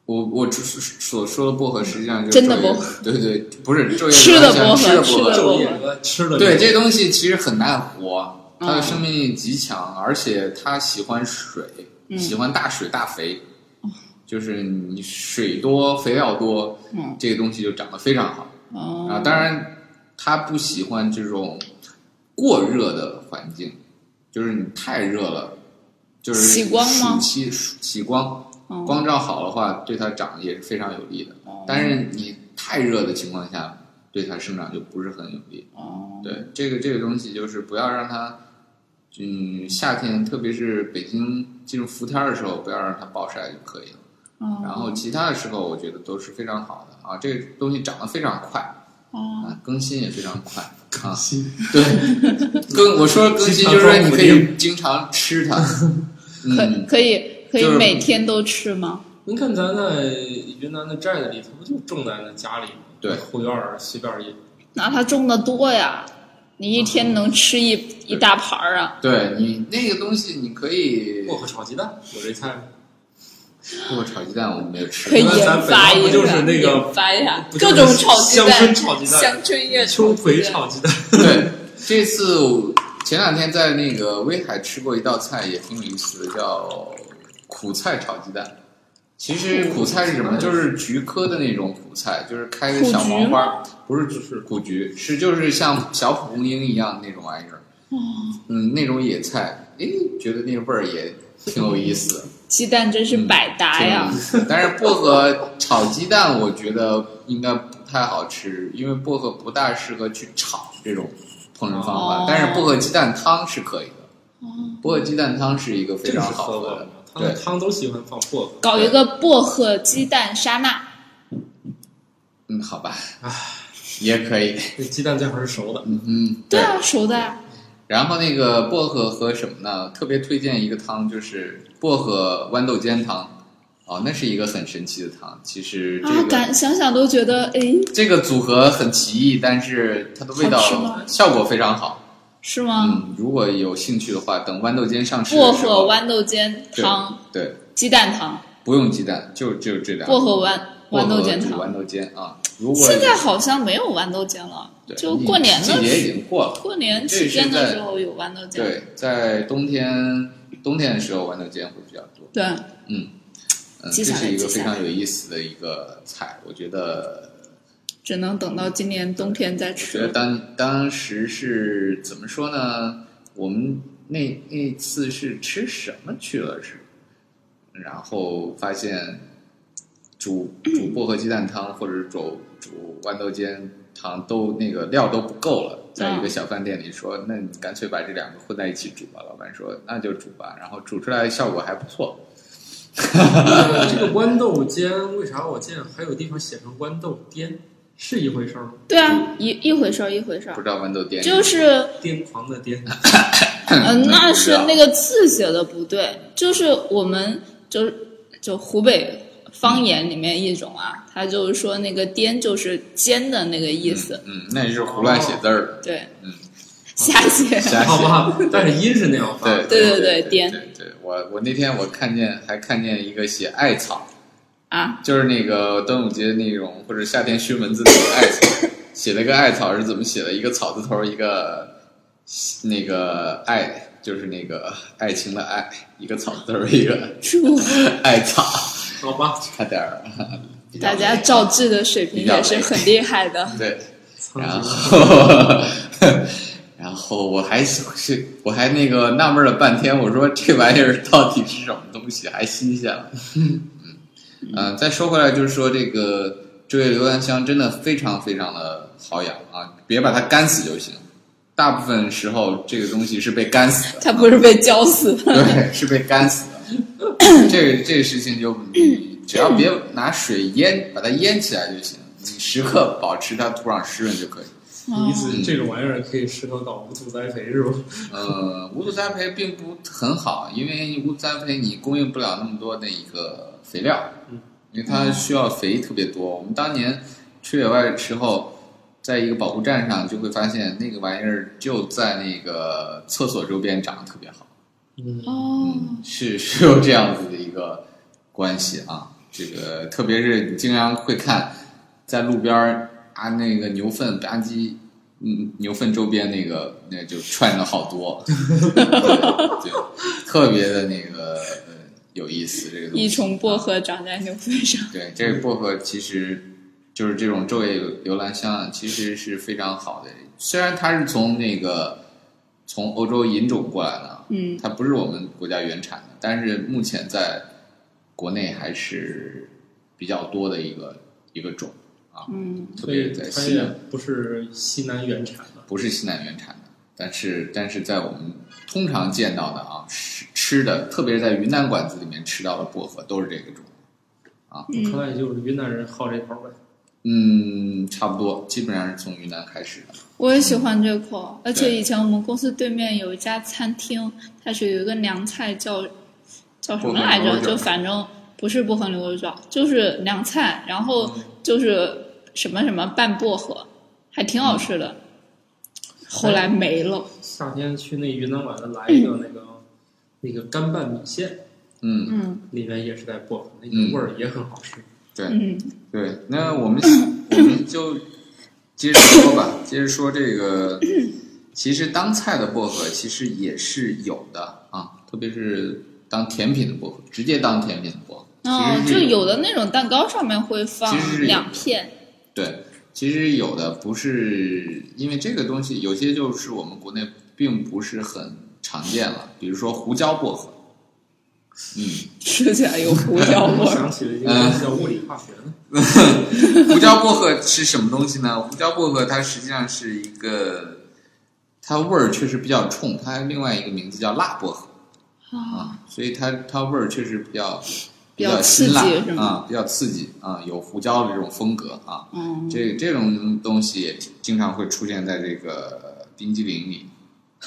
[SPEAKER 9] 我我只是所说的薄荷，实际上就是
[SPEAKER 5] 真的
[SPEAKER 9] 昼夜
[SPEAKER 5] 薄，
[SPEAKER 9] (laughs) 对对，不是昼夜
[SPEAKER 5] 吃的薄荷
[SPEAKER 9] 吃的
[SPEAKER 5] 吃
[SPEAKER 9] 薄
[SPEAKER 5] 的
[SPEAKER 9] 荷，
[SPEAKER 8] 昼夜和吃的
[SPEAKER 9] 对这东西其实很难活，它的
[SPEAKER 5] 嗯
[SPEAKER 9] 生命力极强，而且它喜欢水，
[SPEAKER 5] 嗯
[SPEAKER 9] 喜欢大水大肥，
[SPEAKER 5] 哦
[SPEAKER 9] 就是你水多肥料多，
[SPEAKER 5] 嗯
[SPEAKER 9] 这个东西就长得非常好。
[SPEAKER 5] 哦，
[SPEAKER 9] 啊，当然他不喜欢这种过热的环境，就是你太热了，就是
[SPEAKER 5] 喜光吗
[SPEAKER 9] 暑期暑喜光
[SPEAKER 5] 哦，
[SPEAKER 9] 光照好的话，对它长得也是非常有利的。但是你太热的情况下，对它生长就不是很有利。
[SPEAKER 5] 哦，
[SPEAKER 9] 对这个这个东西，就是不要让它，嗯，夏天特别是北京进入伏天儿的时候，不要让它暴晒就可以了。
[SPEAKER 5] 哦
[SPEAKER 9] 然后其他的时候，我觉得都是非常好的啊，这个东西长得非常快。
[SPEAKER 5] 哦，
[SPEAKER 9] 啊，更新也非常快啊。
[SPEAKER 8] 新
[SPEAKER 9] (laughs) 对，更我说更新就是说你可以经常吃它。
[SPEAKER 5] 可
[SPEAKER 9] 嗯，
[SPEAKER 5] 可以可以
[SPEAKER 9] 就是
[SPEAKER 5] 每天都吃吗？
[SPEAKER 8] 您看咱在云南的寨子里，它不就种在那家里吗？
[SPEAKER 9] 对
[SPEAKER 8] 后院儿随便一
[SPEAKER 5] 那它种的多呀，你一天能吃一一大盘儿啊！
[SPEAKER 9] 对你那个东西，你可以
[SPEAKER 8] 薄荷炒鸡蛋，有这菜吗？
[SPEAKER 9] 不过炒鸡蛋我们没有吃
[SPEAKER 5] 可以
[SPEAKER 9] 过，
[SPEAKER 5] 研发一
[SPEAKER 8] 那咱北方不
[SPEAKER 5] 下，
[SPEAKER 8] 就是那个
[SPEAKER 5] 研发一下
[SPEAKER 8] 不就
[SPEAKER 5] 各
[SPEAKER 8] 是
[SPEAKER 5] 种炒鸡蛋、
[SPEAKER 8] 乡村炒鸡蛋
[SPEAKER 5] 乡村叶
[SPEAKER 8] 秋
[SPEAKER 5] 炒鸡
[SPEAKER 8] 葵
[SPEAKER 5] 蛋
[SPEAKER 8] 炒鸡蛋，
[SPEAKER 9] (laughs) 对，这次我前两天在那个威海吃过一道菜，也挺有意思的，叫苦菜炒鸡蛋。其实苦菜是什么？就是菊科的那种苦菜，就是开个小黄花，不是就是苦菊，是就是像小蒲公英一样那种玩意儿。嗯，那种野菜，诶，觉得那个味儿也挺有意思。
[SPEAKER 5] 鸡蛋真是百搭哎呀！
[SPEAKER 9] 挺有意思但是薄荷炒鸡蛋，我觉得应该不太好吃，因为薄荷不大适合去炒这种烹饪方法。
[SPEAKER 5] 哦
[SPEAKER 9] 但是薄荷鸡蛋汤是可以的，薄荷鸡蛋汤是一个非
[SPEAKER 8] 这个
[SPEAKER 9] 常
[SPEAKER 8] 是
[SPEAKER 9] 好
[SPEAKER 8] 喝过
[SPEAKER 9] 喝
[SPEAKER 8] 的。他们
[SPEAKER 9] 对
[SPEAKER 8] 汤都喜欢放
[SPEAKER 9] (laughs)
[SPEAKER 8] 薄荷，
[SPEAKER 5] 搞一个薄荷鸡蛋沙拉，
[SPEAKER 9] 嗯，好吧， (laughs) 也可以。 (laughs)
[SPEAKER 8] 那鸡蛋最好是熟的。
[SPEAKER 9] 嗯嗯，
[SPEAKER 5] 对啊，熟的呀。
[SPEAKER 9] 然后那个薄荷和什么呢？特别推荐一个汤，就是薄荷豌豆尖汤。哦，那是一个很神奇的汤。其实这
[SPEAKER 5] 啊，
[SPEAKER 9] 个、
[SPEAKER 5] 感想想都觉得，哎，
[SPEAKER 9] 这个组合很奇异，但是它的味道
[SPEAKER 5] 好吃吗
[SPEAKER 9] 效果非常好。
[SPEAKER 5] 是吗？
[SPEAKER 9] 嗯，如果有兴趣的话，等豌豆尖上市的
[SPEAKER 5] 薄
[SPEAKER 9] 时
[SPEAKER 5] 荷
[SPEAKER 9] 候
[SPEAKER 5] 豌豆尖汤，
[SPEAKER 9] 对对，
[SPEAKER 5] 鸡蛋汤，
[SPEAKER 9] 不用鸡蛋，就就这两
[SPEAKER 5] 薄荷豌豌豆尖
[SPEAKER 9] 薄荷煮
[SPEAKER 5] 汤。
[SPEAKER 9] 豌豆尖啊。如果
[SPEAKER 5] 现在好像没有豌豆尖了，
[SPEAKER 9] 对
[SPEAKER 5] 就过年
[SPEAKER 9] 季
[SPEAKER 5] 的
[SPEAKER 9] 节已
[SPEAKER 5] 时
[SPEAKER 9] 经过了，
[SPEAKER 5] 过年期间的时候有豌豆尖，
[SPEAKER 9] 对，在冬天冬天的时候豌豆尖会比较多。
[SPEAKER 5] 对，
[SPEAKER 9] 嗯，
[SPEAKER 5] 记
[SPEAKER 9] 这
[SPEAKER 5] 下来
[SPEAKER 9] 是一个
[SPEAKER 5] 记
[SPEAKER 9] 非
[SPEAKER 5] 下来
[SPEAKER 9] 常有意思的一个菜，我觉得
[SPEAKER 5] 只能等到今年冬天再
[SPEAKER 9] 觉
[SPEAKER 5] 吃。
[SPEAKER 9] 得当当时是怎么说呢？我们那那次是吃什么去了是？然后发现煮煮薄荷鸡蛋汤或者煮煮豌豆尖汤都那个料都不够了，在一
[SPEAKER 5] 嗯
[SPEAKER 9] 个小饭店里说，那你干脆把这两个混在一起煮吧。老板说那就煮吧，然后煮出来的效果还不错。
[SPEAKER 8] 呃这个豌豆尖，为啥我见还有地方写成豌豆颠，是一回事儿吗？
[SPEAKER 5] 对啊，一一回事儿一回事
[SPEAKER 9] 不
[SPEAKER 5] 儿，
[SPEAKER 9] 知道豌豆颠
[SPEAKER 5] 就是
[SPEAKER 8] 癫狂的
[SPEAKER 9] (laughs)
[SPEAKER 8] 癫，
[SPEAKER 5] 嗯，那是那
[SPEAKER 9] 个
[SPEAKER 5] 个字写的不对，就是我们就是就湖北方言里面一种啊，它就是说那个“颠”就是尖的那个意思，
[SPEAKER 9] 嗯，那就是胡乱写字儿了，
[SPEAKER 5] 对， (laughs)
[SPEAKER 9] 嗯
[SPEAKER 5] 瞎写。
[SPEAKER 9] 瞎写
[SPEAKER 8] 好吧？但是音是那样发
[SPEAKER 9] 对
[SPEAKER 8] 的。
[SPEAKER 5] 对对
[SPEAKER 9] 对
[SPEAKER 5] 对
[SPEAKER 9] 对
[SPEAKER 5] 颠
[SPEAKER 9] 对，我我那天我看见还看见一个写艾草，
[SPEAKER 5] 啊，
[SPEAKER 9] 就是那个端午节那种或者夏天熏蚊子那种艾草，写了个艾草是怎么写的？一个草字头，一个那个爱，就是那个爱情的爱，一个草字头，一个 (laughs)
[SPEAKER 5] 祝
[SPEAKER 9] 艾草，
[SPEAKER 8] 好吧，
[SPEAKER 9] 差点儿。比较
[SPEAKER 5] 大家赵志的水平也是很厉害的。
[SPEAKER 9] 对，
[SPEAKER 8] 苍蝇
[SPEAKER 9] 然后，然后我还是我还那个纳闷了半天，我说这玩意儿到底是什么东西，还新鲜了。嗯，呃，再说回来，就是说这个这位留兰香真的非常非常的好养啊，别把它干死就行。大部分时候这个东西是被干死的，
[SPEAKER 5] 他不是被浇死的，
[SPEAKER 9] 对，是被干死的。这个这个事情就你只要别拿水淹，把它淹起来就行。你时刻保持它土壤湿润就可以。
[SPEAKER 8] 你意思是这种玩意儿可以适合搞无土栽培是吧？
[SPEAKER 9] 呃，无土栽培并不很好，因为无土栽培你供应不了那么多的一个肥料，
[SPEAKER 8] 嗯
[SPEAKER 9] 因为它需要肥特别多。我们当年去野外的时候，在一个保护站上就会发现那个玩意儿就在那个厕所周边长得特别好，
[SPEAKER 5] 哦
[SPEAKER 9] 嗯，是 (laughs) 是有这样子的一个关系啊。这个特别是你经常会看在路边儿啊那个牛粪吧唧。嗯，牛粪周边那个那就串了好多， (laughs) 对，特别的那个呃有意思。这个
[SPEAKER 5] (laughs)
[SPEAKER 9] 东西啊
[SPEAKER 5] 一重薄荷长在牛粪上。
[SPEAKER 9] 对，这个薄荷其实就是这种昼夜留兰香啊，其实是非常好的。虽然它是从那个从欧洲引种过来的，啊
[SPEAKER 5] 嗯，
[SPEAKER 9] 它不是我们国家原产的，但是目前在国内还是比较多的一个一个种啊，
[SPEAKER 5] 嗯，
[SPEAKER 9] 特
[SPEAKER 8] 所
[SPEAKER 9] 别
[SPEAKER 8] 以
[SPEAKER 9] 在
[SPEAKER 8] 它
[SPEAKER 9] 西
[SPEAKER 8] 也
[SPEAKER 9] 南
[SPEAKER 8] 不是西南原产的。
[SPEAKER 9] 不是西南原产的，但是但是在我们通常见到的啊吃吃的，特别是在云南馆子里面吃到的薄荷都是这个种。
[SPEAKER 8] 看来就是云南人好这口呗。
[SPEAKER 9] 嗯，差不多，基本上是从云南开始的。
[SPEAKER 5] 我也喜欢这口，而且
[SPEAKER 9] 对
[SPEAKER 5] 以前我们公司对面有一家餐厅，它是有一个凉菜叫叫什么来
[SPEAKER 9] 薄荷
[SPEAKER 5] 着？
[SPEAKER 9] 牛肉
[SPEAKER 5] 就
[SPEAKER 9] 卷
[SPEAKER 5] 反正不是薄荷牛肉卷，就是凉菜，然后就是什么什么拌薄荷，还挺好吃的。后来没了，
[SPEAKER 8] 夏天去那云南玩的，来一个那个那个干拌米线，
[SPEAKER 9] 嗯，
[SPEAKER 8] 里面也是带薄荷，那
[SPEAKER 9] 嗯
[SPEAKER 8] 个味儿也很好吃。
[SPEAKER 9] 对，
[SPEAKER 5] 嗯，
[SPEAKER 9] 对，那我们我们就接着说吧，接着说这个，其实当菜的薄荷其实也是有的啊，特别是当甜品的薄荷，直接当甜品的薄荷，
[SPEAKER 5] 哦，
[SPEAKER 9] 哎其
[SPEAKER 5] 就
[SPEAKER 9] 实是
[SPEAKER 5] 有的那种蛋糕上面会放
[SPEAKER 9] 其实是有
[SPEAKER 5] 两片，
[SPEAKER 9] 对，其实有的不是因为这个东西，有些就是我们国内并不是很常见了，比如说胡椒薄荷，嗯。
[SPEAKER 5] 吃起来有胡椒味
[SPEAKER 8] 我 (laughs)
[SPEAKER 5] 儿。
[SPEAKER 8] 想起了一个东西叫物理化学呢，
[SPEAKER 9] 胡椒薄荷是什么东西呢？胡椒薄荷它实际上是一个，它味儿确实比较冲，它另外一个名字叫辣薄荷啊，所以它它味儿确实比较
[SPEAKER 5] 哦比较
[SPEAKER 9] 较辛辣
[SPEAKER 5] 刺激是吗
[SPEAKER 9] 啊，比较刺激啊，有胡椒的这种风格啊，
[SPEAKER 5] 嗯，
[SPEAKER 9] 这这种东西也经常会出现在这个冰激凌
[SPEAKER 5] (laughs)
[SPEAKER 9] 里。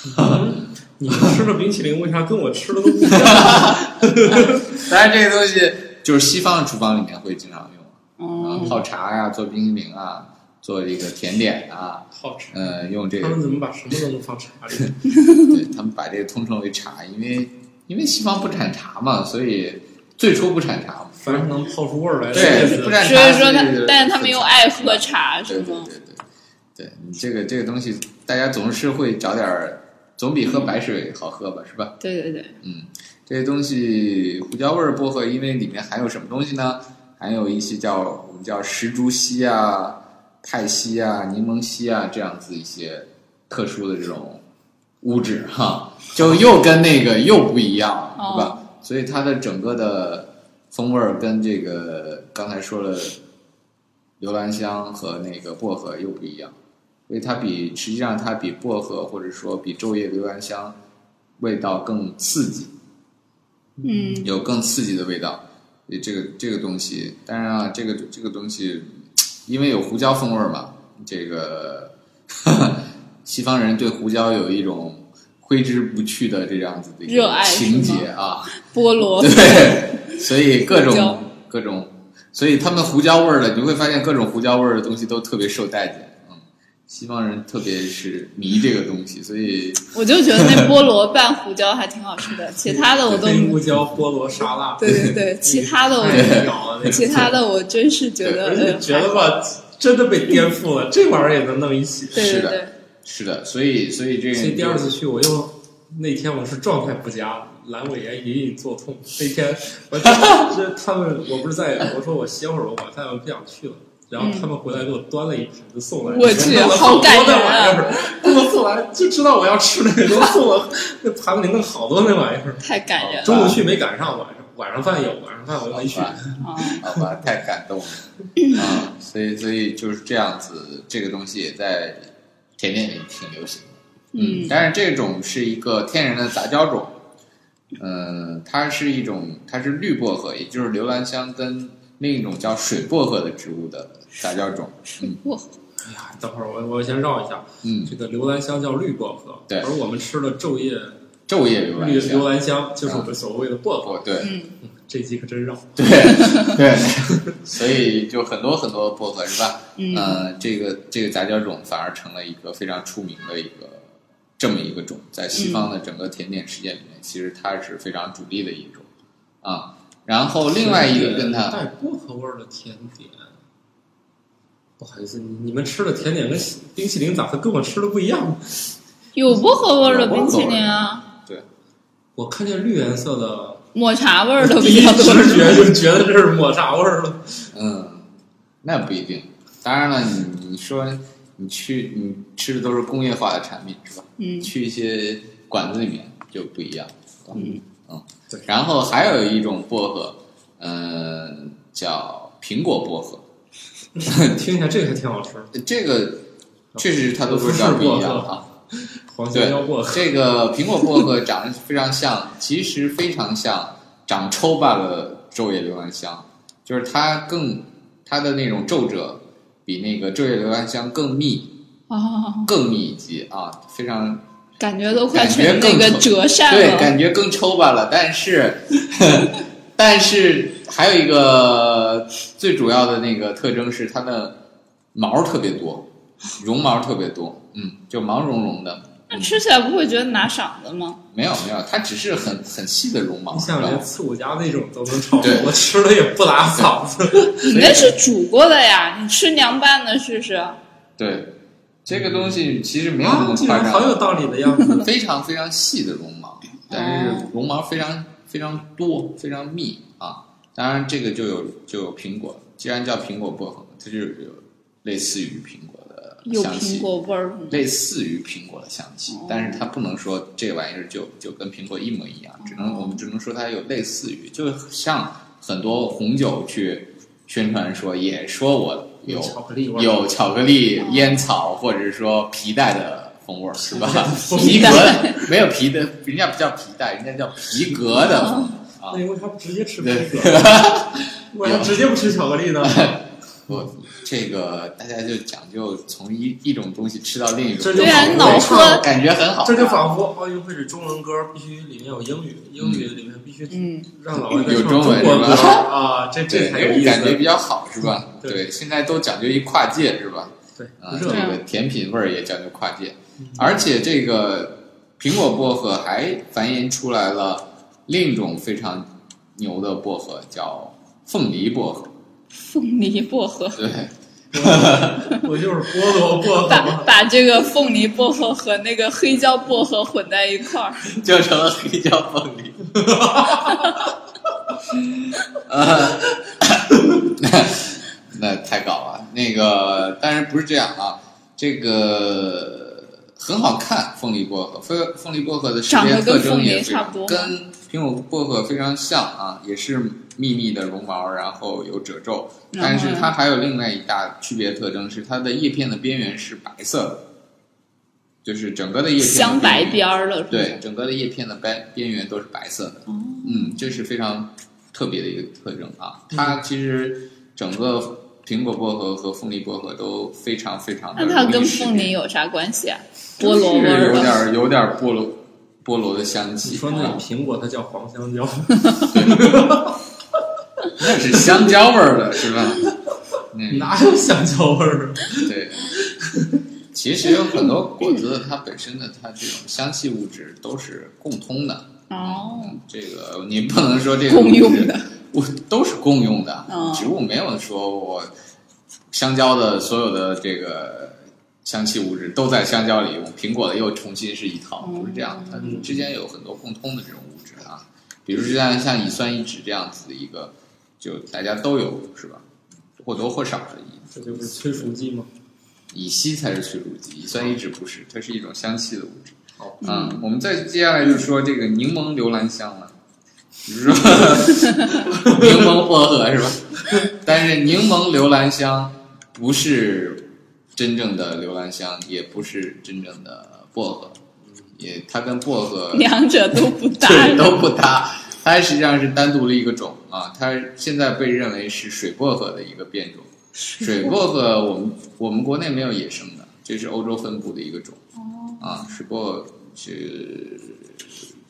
[SPEAKER 8] (laughs) 你们吃的冰淇淋为啥跟我吃的都不一样？
[SPEAKER 9] 当然，这个东西就是西方的厨房里面会经常用，啊，
[SPEAKER 5] 哦，
[SPEAKER 9] 泡茶呀、做冰激凌啊，做这个甜点啊，
[SPEAKER 8] 好吃。
[SPEAKER 9] 呃，用这个
[SPEAKER 8] 他们怎么把什么都能放茶里？
[SPEAKER 9] 对他们把这个通称为茶，因为因为西方不产茶嘛，所以最初不产茶嘛，
[SPEAKER 8] 反正能泡出味儿来的叶
[SPEAKER 9] 对，不
[SPEAKER 8] 子，
[SPEAKER 9] 产茶
[SPEAKER 5] 所以说
[SPEAKER 9] 它
[SPEAKER 5] 他，，但是他们又爱喝茶，
[SPEAKER 9] 对
[SPEAKER 5] 是
[SPEAKER 9] 对
[SPEAKER 5] 吗？
[SPEAKER 9] 对对，对你这个这个东西，大家总是会找点儿，总比喝白水好喝吧，是吧？
[SPEAKER 5] 对对对，
[SPEAKER 9] 嗯，这些东西胡椒味儿薄荷，因为里面含有什么东西呢？含有一些叫我们叫石竹烯啊、派烯啊、柠檬烯啊这样子一些特殊的这种物质哈，就又跟那个又不一样了，
[SPEAKER 5] 哦
[SPEAKER 9] 是吧？所以它的整个的风味儿跟这个刚才说了留兰香和那个薄荷又不一样，所以它比实际上它比薄荷或者说比昼夜留兰香味道更刺激，
[SPEAKER 5] 嗯。
[SPEAKER 9] 有更刺激的味道。所以这个这个东西，当然啊，这个这个东西，因为有胡椒风味儿嘛，这个 (laughs) 西方人对胡椒有一种挥之不去的这样子的一
[SPEAKER 5] 热
[SPEAKER 9] 个
[SPEAKER 5] 爱是
[SPEAKER 9] 情
[SPEAKER 5] 吗
[SPEAKER 9] 节
[SPEAKER 5] (laughs)
[SPEAKER 9] 啊。
[SPEAKER 5] 菠萝，
[SPEAKER 9] 对，所以各
[SPEAKER 5] 胡
[SPEAKER 9] 种
[SPEAKER 5] 椒
[SPEAKER 9] 各种，所以他们胡椒味儿的，你会发现各种胡椒味儿的东西都特别受待见。嗯，西方人特别是迷这个东西，所以
[SPEAKER 5] 我就觉得那菠萝拌胡椒还挺好吃的，其他的我都
[SPEAKER 8] 黑胡椒菠萝沙拉，
[SPEAKER 5] 对对对， (laughs) 其他的
[SPEAKER 8] 太
[SPEAKER 5] 我
[SPEAKER 8] 屌了那个。
[SPEAKER 5] 其他的我真是觉得
[SPEAKER 8] 而且
[SPEAKER 5] 呃
[SPEAKER 8] 觉得吧，真的被颠覆了，这玩意儿也能弄一起。
[SPEAKER 5] 对
[SPEAKER 9] 是
[SPEAKER 5] 对
[SPEAKER 9] 的
[SPEAKER 5] 对，
[SPEAKER 9] 是的，所以所以这
[SPEAKER 8] 所以
[SPEAKER 9] 个
[SPEAKER 8] 第二次去，我又那天我是状态不佳，阑尾炎隐隐作痛。 (laughs) 那天我这他们我不是在，我说我歇会儿，我晚饭我不想去了。然后他们回来给我端了一盘子送来，
[SPEAKER 5] (laughs) 我去
[SPEAKER 8] 弄了
[SPEAKER 5] 好感
[SPEAKER 8] 多
[SPEAKER 5] 人
[SPEAKER 8] 那玩意
[SPEAKER 5] 啊
[SPEAKER 8] 儿，给我送来就知道我要吃那个，给我送
[SPEAKER 5] (laughs)
[SPEAKER 8] 了那盘子里弄好多那玩意儿。
[SPEAKER 5] 太感人了
[SPEAKER 8] 中午去没赶上，晚上晚上饭有，晚上饭我又没去
[SPEAKER 9] 好。吧
[SPEAKER 5] 啊！
[SPEAKER 9] 好吧，太感动了啊、所以所以就是这样子，这个东西也在甜点里挺流行的。
[SPEAKER 5] 嗯
[SPEAKER 9] 但是这种是一个天然的杂交种，呃，它是一种它是绿薄荷，也就是留兰香跟另一种叫水薄荷的植物的杂交种。嗯
[SPEAKER 5] 哇，
[SPEAKER 8] 哎呀，等会儿我我先绕一下，
[SPEAKER 9] 嗯，
[SPEAKER 8] 这个留兰香叫绿薄荷，
[SPEAKER 9] 对
[SPEAKER 8] 而我们吃的昼夜
[SPEAKER 9] 昼夜留
[SPEAKER 8] 绿
[SPEAKER 9] 兰
[SPEAKER 8] 留
[SPEAKER 9] 香。
[SPEAKER 8] 兰香就是我们所谓的薄荷。
[SPEAKER 9] 哦，对
[SPEAKER 5] 嗯，
[SPEAKER 8] 这集可真绕。
[SPEAKER 9] 对对，所以就很多很多薄荷是吧？
[SPEAKER 5] 嗯
[SPEAKER 9] 呃，这个这个杂交种反而成了一个非常出名的一个这么一个种，在西方的整个甜点世界里面，其实它是非常主力的一种啊。然后另外一个跟它
[SPEAKER 8] 带薄荷味儿的甜点，不好意思，你你们吃的甜点跟冰淇淋咋会跟我吃的不一样？
[SPEAKER 5] 有薄荷味儿的冰淇淋啊，
[SPEAKER 8] 我看见绿颜色的，
[SPEAKER 5] 抹茶味儿的
[SPEAKER 8] 第
[SPEAKER 5] 比
[SPEAKER 8] 一
[SPEAKER 5] 较多。
[SPEAKER 8] 直觉就觉得这是抹茶味儿
[SPEAKER 9] (laughs)
[SPEAKER 8] 了。
[SPEAKER 9] 嗯，那不一定。当然了，你你说你去你吃的都是工业化的产品是吧？
[SPEAKER 5] 嗯
[SPEAKER 9] 去一些馆子里面就不一样。
[SPEAKER 5] 嗯
[SPEAKER 9] 嗯，
[SPEAKER 8] 对
[SPEAKER 9] 然后还有一种薄荷，嗯、叫苹果薄荷，
[SPEAKER 8] 听起来这个还挺好吃，
[SPEAKER 9] 这个确实它的味道不一样啊。
[SPEAKER 8] 黄香
[SPEAKER 9] 对
[SPEAKER 8] 蕉薄，荷。
[SPEAKER 9] 这个苹果薄荷长得非常像，其实非常像长抽罢了昼夜留兰香，就是它更它的那种皱褶比那个《昼夜留兰香》更密、
[SPEAKER 5] 哦，
[SPEAKER 9] 更密集啊，非常
[SPEAKER 5] 感觉都快
[SPEAKER 9] 感
[SPEAKER 5] 成
[SPEAKER 9] 觉
[SPEAKER 5] 那
[SPEAKER 9] 更
[SPEAKER 5] 个
[SPEAKER 9] 丑
[SPEAKER 5] 折扇
[SPEAKER 9] 对，
[SPEAKER 5] 了。
[SPEAKER 9] 感觉更抽巴了。但是， (laughs) 但是还有一个最主要的那个特征是它的毛特别多，绒毛特别多，嗯，就毛茸茸的。
[SPEAKER 5] 那吃起来不会觉得拿嗓子吗？
[SPEAKER 9] 没有没有，它只是很很细的绒毛，
[SPEAKER 8] 你想
[SPEAKER 9] 然
[SPEAKER 8] 连
[SPEAKER 9] 后
[SPEAKER 8] 刺骨家那种都能炒
[SPEAKER 9] 对，
[SPEAKER 8] 我吃了也不拉嗓子。
[SPEAKER 5] 你那是煮过的呀，你吃凉拌的试试。
[SPEAKER 9] 对这个东西其实没有那
[SPEAKER 8] 啊
[SPEAKER 9] 么，
[SPEAKER 8] 竟
[SPEAKER 9] 夸
[SPEAKER 8] 然
[SPEAKER 9] 张，
[SPEAKER 8] 好有道理的样
[SPEAKER 5] (laughs)
[SPEAKER 8] 子。
[SPEAKER 9] 非常非常细的绒毛，但是绒毛非常非常多，非常密啊。当然，这个就有就有苹果，既然叫苹果薄荷，它就有类似于苹果的
[SPEAKER 5] 有
[SPEAKER 9] 香
[SPEAKER 5] 苹
[SPEAKER 9] 气，
[SPEAKER 5] 果哦味儿吗，
[SPEAKER 9] 类似于苹果的香气，但是它不能说这玩意儿就就跟苹果一模一样，只能我们只能说它有类似于，就像很多红酒去宣传说，也说我有
[SPEAKER 8] 巧克
[SPEAKER 9] (laughs)
[SPEAKER 8] 力味儿
[SPEAKER 9] 有巧克力、烟草或者说皮带的风味儿
[SPEAKER 8] (laughs)
[SPEAKER 9] 是吧？皮
[SPEAKER 5] 皮
[SPEAKER 9] 革
[SPEAKER 5] 带
[SPEAKER 9] 没有皮的，人家不叫皮带，人家叫皮革的风
[SPEAKER 8] 哦
[SPEAKER 9] 味儿啊
[SPEAKER 8] 那。你为啥不直接吃苹
[SPEAKER 9] 对
[SPEAKER 8] 果？
[SPEAKER 9] (laughs)
[SPEAKER 8] 为啥直接不吃巧克力呢？
[SPEAKER 9] 不，这个大家就讲究从一一种东西吃到另一种
[SPEAKER 8] 这，就
[SPEAKER 5] 对啊，
[SPEAKER 8] 仿
[SPEAKER 5] 脑
[SPEAKER 8] 佛
[SPEAKER 5] 喝，
[SPEAKER 9] 感觉很好。
[SPEAKER 8] 这就仿佛奥运会是中文歌，必须里面有英语，英语里面必须
[SPEAKER 5] 嗯，
[SPEAKER 8] 让老外再
[SPEAKER 9] 有
[SPEAKER 8] 唱
[SPEAKER 9] 中
[SPEAKER 8] 中
[SPEAKER 9] 文
[SPEAKER 8] 国
[SPEAKER 9] 是
[SPEAKER 8] 歌
[SPEAKER 9] 吧
[SPEAKER 8] 啊，这
[SPEAKER 9] 对，
[SPEAKER 8] 这才有意
[SPEAKER 9] 感觉比
[SPEAKER 8] 思。
[SPEAKER 9] 较好是吧？
[SPEAKER 8] 对
[SPEAKER 9] 对，现在都讲究一跨界是吧？
[SPEAKER 8] 对，
[SPEAKER 9] 啊，
[SPEAKER 8] 热
[SPEAKER 9] 这
[SPEAKER 8] 闹。
[SPEAKER 9] 个甜品味儿也讲究跨界，而且这个苹果薄荷还繁衍出来了另一种非常牛的薄荷，叫凤梨薄荷。
[SPEAKER 5] 凤梨薄荷，
[SPEAKER 9] 对，
[SPEAKER 8] 我就是菠萝薄荷 (laughs)
[SPEAKER 5] 把
[SPEAKER 8] 嘛，
[SPEAKER 5] 把这个凤梨薄荷和那个黑椒薄荷混在一块儿，
[SPEAKER 9] (laughs) 就成了黑椒凤梨。 (laughs) 呃，那太搞了。那个，当然不是这样啊。这个很好看，凤梨薄荷，凤凤梨薄荷的识别特征也非
[SPEAKER 5] 长得跟凤梨差
[SPEAKER 9] 常
[SPEAKER 5] 不多
[SPEAKER 9] 跟苹果薄荷非常像啊，也是密密的绒毛，然后有褶皱，
[SPEAKER 5] 然后
[SPEAKER 9] 但
[SPEAKER 5] 呢
[SPEAKER 9] 是它还有另外一大区别特征是它的叶片的边缘是白色的，就是整个的叶片的
[SPEAKER 5] 镶白
[SPEAKER 9] 缘
[SPEAKER 5] 边儿了，是吧，
[SPEAKER 9] 对，整个的叶片的边边缘都是白色
[SPEAKER 5] 哦
[SPEAKER 9] 的。嗯，这是非常特别的一个特征啊。它其实整个苹果薄荷和凤梨薄荷都非常非常的。
[SPEAKER 5] 那它跟凤梨有啥关系啊？菠萝味
[SPEAKER 9] 是
[SPEAKER 5] 儿啊吧，
[SPEAKER 9] 有点有点菠萝菠萝的香
[SPEAKER 8] 你
[SPEAKER 9] 气，啊
[SPEAKER 8] 说那苹果它叫黄香
[SPEAKER 9] (laughs)
[SPEAKER 8] 蕉，
[SPEAKER 9] 那是香蕉味儿的是吧？嗯，
[SPEAKER 8] 哪有香蕉味儿啊？
[SPEAKER 9] 对。其实有很多果子，它本身的它这种香气物质都是共通的。
[SPEAKER 5] 哦，
[SPEAKER 9] 这个你不能说这个
[SPEAKER 5] 共用的，
[SPEAKER 9] 我都是共用的
[SPEAKER 5] 嗯，
[SPEAKER 9] 植物没有说我香蕉的所有的这个香气物质都在香蕉里，我苹果的又重新是一套，
[SPEAKER 5] 嗯
[SPEAKER 9] 不是这样，它们之间有很多共通的这种物质啊，比如像像乙酸乙酯这样子的一个，就大家都有是吧？或多或少的乙
[SPEAKER 8] 这就是催熟剂吗？
[SPEAKER 9] 乙烯才是催乳剂，乙酸乙酯不是，它是一种香气的物质。嗯，我们再接下来就说这个柠檬留兰香了，比如说柠檬薄荷是吧？ (laughs) 但是柠檬留兰香不是真正的留兰香，也不是真正的薄荷，也它跟薄荷
[SPEAKER 5] 两者都不搭，
[SPEAKER 9] 对，都不搭。它实际上是单独的一个种啊，它现在被认为是水薄荷的一个变种。水薄荷我们我们国内没有野生的，这是欧洲分布的一个种。啊，水薄荷是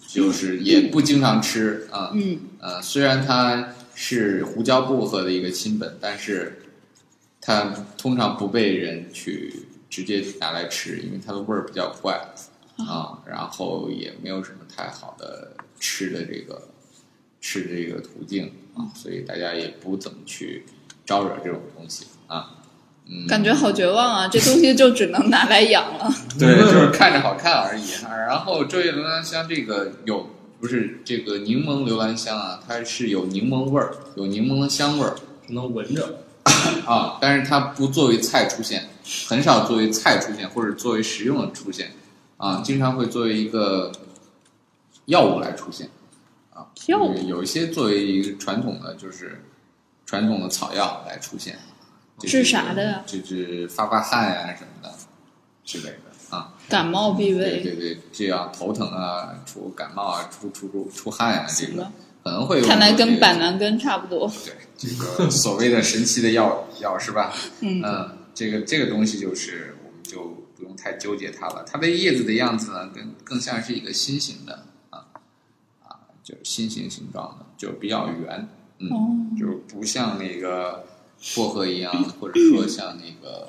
[SPEAKER 9] 就是也不经常吃啊。
[SPEAKER 5] 嗯，
[SPEAKER 9] 呃，虽然它是胡椒薄荷的一个亲本，但是它通常不被人去直接拿来吃，因为它的味儿比较怪啊，然后也没有什么太好的吃的这个吃的这个途径啊，所以大家也不怎么去招惹这种东西啊。嗯，
[SPEAKER 5] 感觉好绝望啊！这东西就只能拿来养了。
[SPEAKER 9] 对，就是看着好看而已。啊然后昼夜留兰香这个有不是这个柠檬留兰香啊，它是有柠檬味儿，有柠檬的香味儿
[SPEAKER 8] 只能闻着。
[SPEAKER 9] 啊，但是它不作为菜出现，很少作为菜出现，或者作为食用的出现啊，经常会作为一个药物来出现啊。
[SPEAKER 5] 药物
[SPEAKER 9] 就是有一些作为一个传统的就是传统的草药来出现，就是
[SPEAKER 5] 治啥的呀
[SPEAKER 9] 就是发发汗呀、什么的之类的啊。
[SPEAKER 5] 感冒必
[SPEAKER 9] 对
[SPEAKER 5] 备，
[SPEAKER 9] 对对，这样头疼啊，出感冒啊，出出出出汗啊，这
[SPEAKER 5] 行
[SPEAKER 9] 个
[SPEAKER 5] 吧
[SPEAKER 9] 可能会有。
[SPEAKER 5] 看来跟板蓝根差不多。
[SPEAKER 9] (laughs) 对这个所谓的神奇的药药是吧？嗯这个这个东西就是我们就不用太纠结它了。它的叶子的样子呢，更更像是一个心形的啊啊，就是心形形状的，就比较圆，嗯，就不像那个薄荷一样，或者说像那个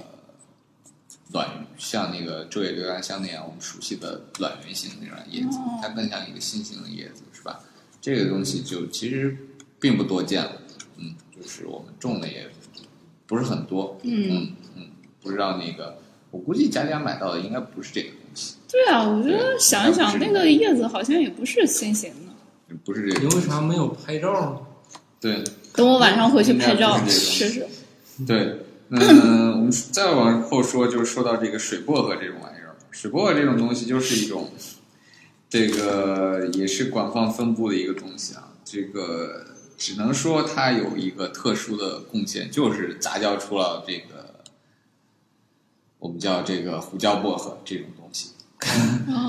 [SPEAKER 9] (laughs) 卵，像那个昼夜留兰香那样我们熟悉的卵圆形那种叶子，它更像一个心形的叶子，是吧？这个东西就其实并不多见了，嗯，就是我们种的也不是很多，嗯嗯，不知道那个，我估计佳佳买到的应该不是这个东西，
[SPEAKER 5] 对啊，我觉得
[SPEAKER 9] 对
[SPEAKER 5] 想一
[SPEAKER 9] 它
[SPEAKER 5] 想，
[SPEAKER 9] 不是
[SPEAKER 5] 那个叶子好像也不是新型的。
[SPEAKER 9] 不是这个
[SPEAKER 8] 你
[SPEAKER 9] 东
[SPEAKER 8] 为
[SPEAKER 9] 西，
[SPEAKER 8] 啥没有拍照呢？
[SPEAKER 9] 对
[SPEAKER 5] 等我晚上回去拍照
[SPEAKER 9] 应该不是这
[SPEAKER 5] 试
[SPEAKER 9] 个
[SPEAKER 5] 试。
[SPEAKER 9] 对。嗯，我们再往后说，就是说到这个水薄荷这种玩意儿，水薄荷这种东西就是一种，这个也是广泛分布的一个东西啊。这个只能说它有一个特殊的贡献，就是杂交出了这个我们叫这个胡椒薄荷这种东西。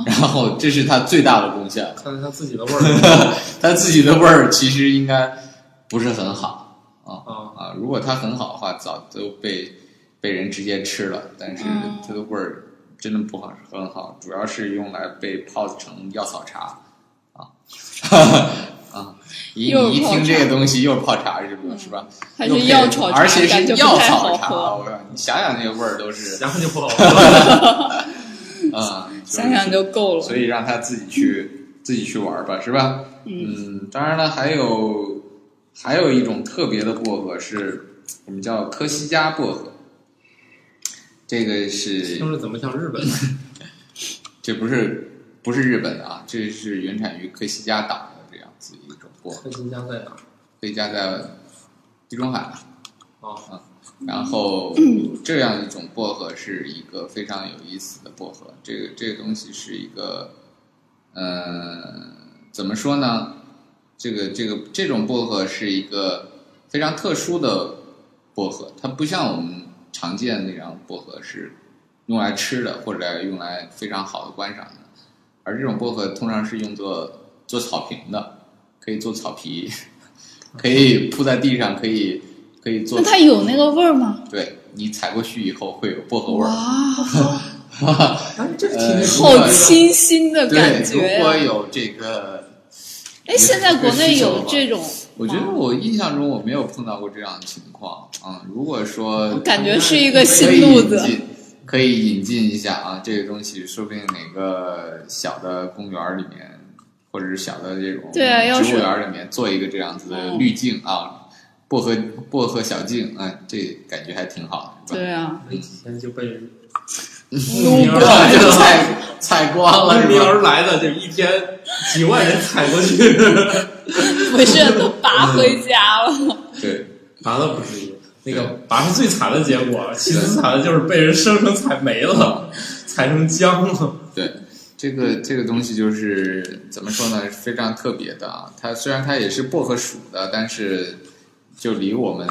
[SPEAKER 9] 然后这是它最大的贡献，
[SPEAKER 8] 看看他自己的味儿
[SPEAKER 9] 它自己的味儿其实应该不是很好啊
[SPEAKER 8] 啊，
[SPEAKER 9] 啊！如果它很好的话，早都被被人直接吃了。但是
[SPEAKER 5] 嗯
[SPEAKER 9] 它的味儿真的不好，很好，主要是用来被泡成药草茶啊 (laughs) 啊！一
[SPEAKER 5] 又是
[SPEAKER 9] 你一
[SPEAKER 5] 泡
[SPEAKER 9] 听
[SPEAKER 5] 茶
[SPEAKER 9] 这个东西，又是泡茶是不是吧？
[SPEAKER 5] (laughs) 还
[SPEAKER 9] 又
[SPEAKER 5] 是
[SPEAKER 9] 配
[SPEAKER 5] 药炒茶
[SPEAKER 9] 而且是
[SPEAKER 5] 感觉不
[SPEAKER 9] 药
[SPEAKER 5] 太
[SPEAKER 9] 草
[SPEAKER 5] 好
[SPEAKER 9] 茶，
[SPEAKER 5] 喝
[SPEAKER 9] 我告诉你，你想想那个味儿都是
[SPEAKER 8] 然后就不好喝。
[SPEAKER 9] 啊，就是
[SPEAKER 5] 想想就够了
[SPEAKER 9] 所。以让他自己去自己去玩儿吧，是吧？嗯，当然了，还有还有一种特别的薄荷是我们叫科西嘉薄荷，这个是
[SPEAKER 8] 听着怎么像日本？
[SPEAKER 9] 这不是不是日本的啊，这是原产于科西嘉岛的这样子一种薄荷，
[SPEAKER 8] 开心家在哪儿？
[SPEAKER 9] 科西嘉在地中海。
[SPEAKER 8] 啊，
[SPEAKER 9] 然后
[SPEAKER 5] 嗯
[SPEAKER 9] 这样一种薄荷是一个非常有意思的薄荷，这个这个东西是一个，呃，怎么说呢？这个这个这种薄荷是一个非常特殊的薄荷，它不像我们常见的那样薄荷是用来吃的或者用来非常好的观赏的，而这种薄荷通常是用作做草坪的，可以做草皮， (laughs) 可以铺在地上，可以可以做
[SPEAKER 5] 那它有那个味儿吗？
[SPEAKER 9] 对你踩过去以后会有薄荷味儿，
[SPEAKER 5] 哇，
[SPEAKER 8] 哎，这挺
[SPEAKER 9] 呃
[SPEAKER 5] 好清新的
[SPEAKER 9] 对
[SPEAKER 5] 感，觉
[SPEAKER 9] 如果
[SPEAKER 5] 呀！
[SPEAKER 9] 有这个，
[SPEAKER 5] 哎，现在国内有这种吗，
[SPEAKER 9] 我觉得我印象中我没有碰到过这样的情况啊、如果说
[SPEAKER 5] 感觉是一个新路子
[SPEAKER 9] 可以。引进可以引进一下啊，这个东西说不定哪个小的公园里面，或者是小的这种
[SPEAKER 5] 对啊要是哦
[SPEAKER 9] 植物园里面做一个这样子的滤镜啊，薄荷薄荷小径啊，这感觉还挺好的，是吧？
[SPEAKER 5] 对啊，
[SPEAKER 8] 没几天就被人
[SPEAKER 9] 嗯路
[SPEAKER 8] 过来
[SPEAKER 9] (laughs) 就
[SPEAKER 8] 了
[SPEAKER 9] 采采
[SPEAKER 8] (laughs)
[SPEAKER 9] 光了，
[SPEAKER 8] 慕
[SPEAKER 9] 是吧
[SPEAKER 8] 名而来的，这一天几万人踩过去， (laughs)
[SPEAKER 5] 不是都
[SPEAKER 9] 嗯
[SPEAKER 5] 拔回家
[SPEAKER 9] (laughs)
[SPEAKER 5] 了？
[SPEAKER 9] 对，
[SPEAKER 8] 拔倒不至于。那个拔是最惨的结果，其次惨的就是被人生生踩没 (laughs) 了，踩成浆了。
[SPEAKER 9] 对，这个这个东西就是怎么说呢，是非常特别的啊。它虽然它也是薄荷属的，但是就离我们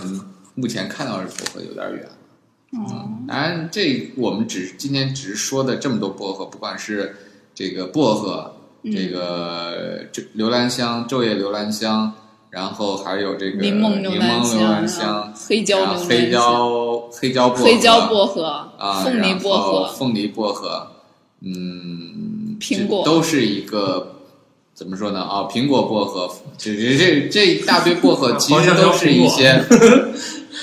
[SPEAKER 9] 目前看到的薄荷有点远。
[SPEAKER 5] 哦
[SPEAKER 9] 嗯，当然这我们只今天只是说的这么多薄荷，不管是这个薄荷，这
[SPEAKER 5] 嗯
[SPEAKER 9] 个这留兰香、昼夜留兰香，然后还有这个
[SPEAKER 5] 柠檬牛
[SPEAKER 9] 柠檬
[SPEAKER 5] 腩
[SPEAKER 9] 留兰
[SPEAKER 5] 香啊
[SPEAKER 9] 香、、
[SPEAKER 5] 黑椒
[SPEAKER 9] 然
[SPEAKER 5] 牛
[SPEAKER 9] 后
[SPEAKER 5] 腩
[SPEAKER 9] 黑
[SPEAKER 5] 香、
[SPEAKER 9] 椒黑椒薄荷、
[SPEAKER 5] 黑椒薄荷
[SPEAKER 9] 啊，、
[SPEAKER 5] 凤梨
[SPEAKER 9] 然
[SPEAKER 5] 薄
[SPEAKER 9] 后
[SPEAKER 5] 荷、
[SPEAKER 9] 凤梨薄荷，嗯，
[SPEAKER 5] 苹
[SPEAKER 9] 这
[SPEAKER 5] 果
[SPEAKER 9] 都是一个怎么说呢？啊、苹果薄荷，这这这这一大堆
[SPEAKER 8] (laughs)
[SPEAKER 9] 薄荷其
[SPEAKER 8] 好
[SPEAKER 9] 实
[SPEAKER 8] 想
[SPEAKER 9] 都
[SPEAKER 8] 要
[SPEAKER 9] 是
[SPEAKER 8] 苹
[SPEAKER 9] 一
[SPEAKER 8] 果
[SPEAKER 9] 些，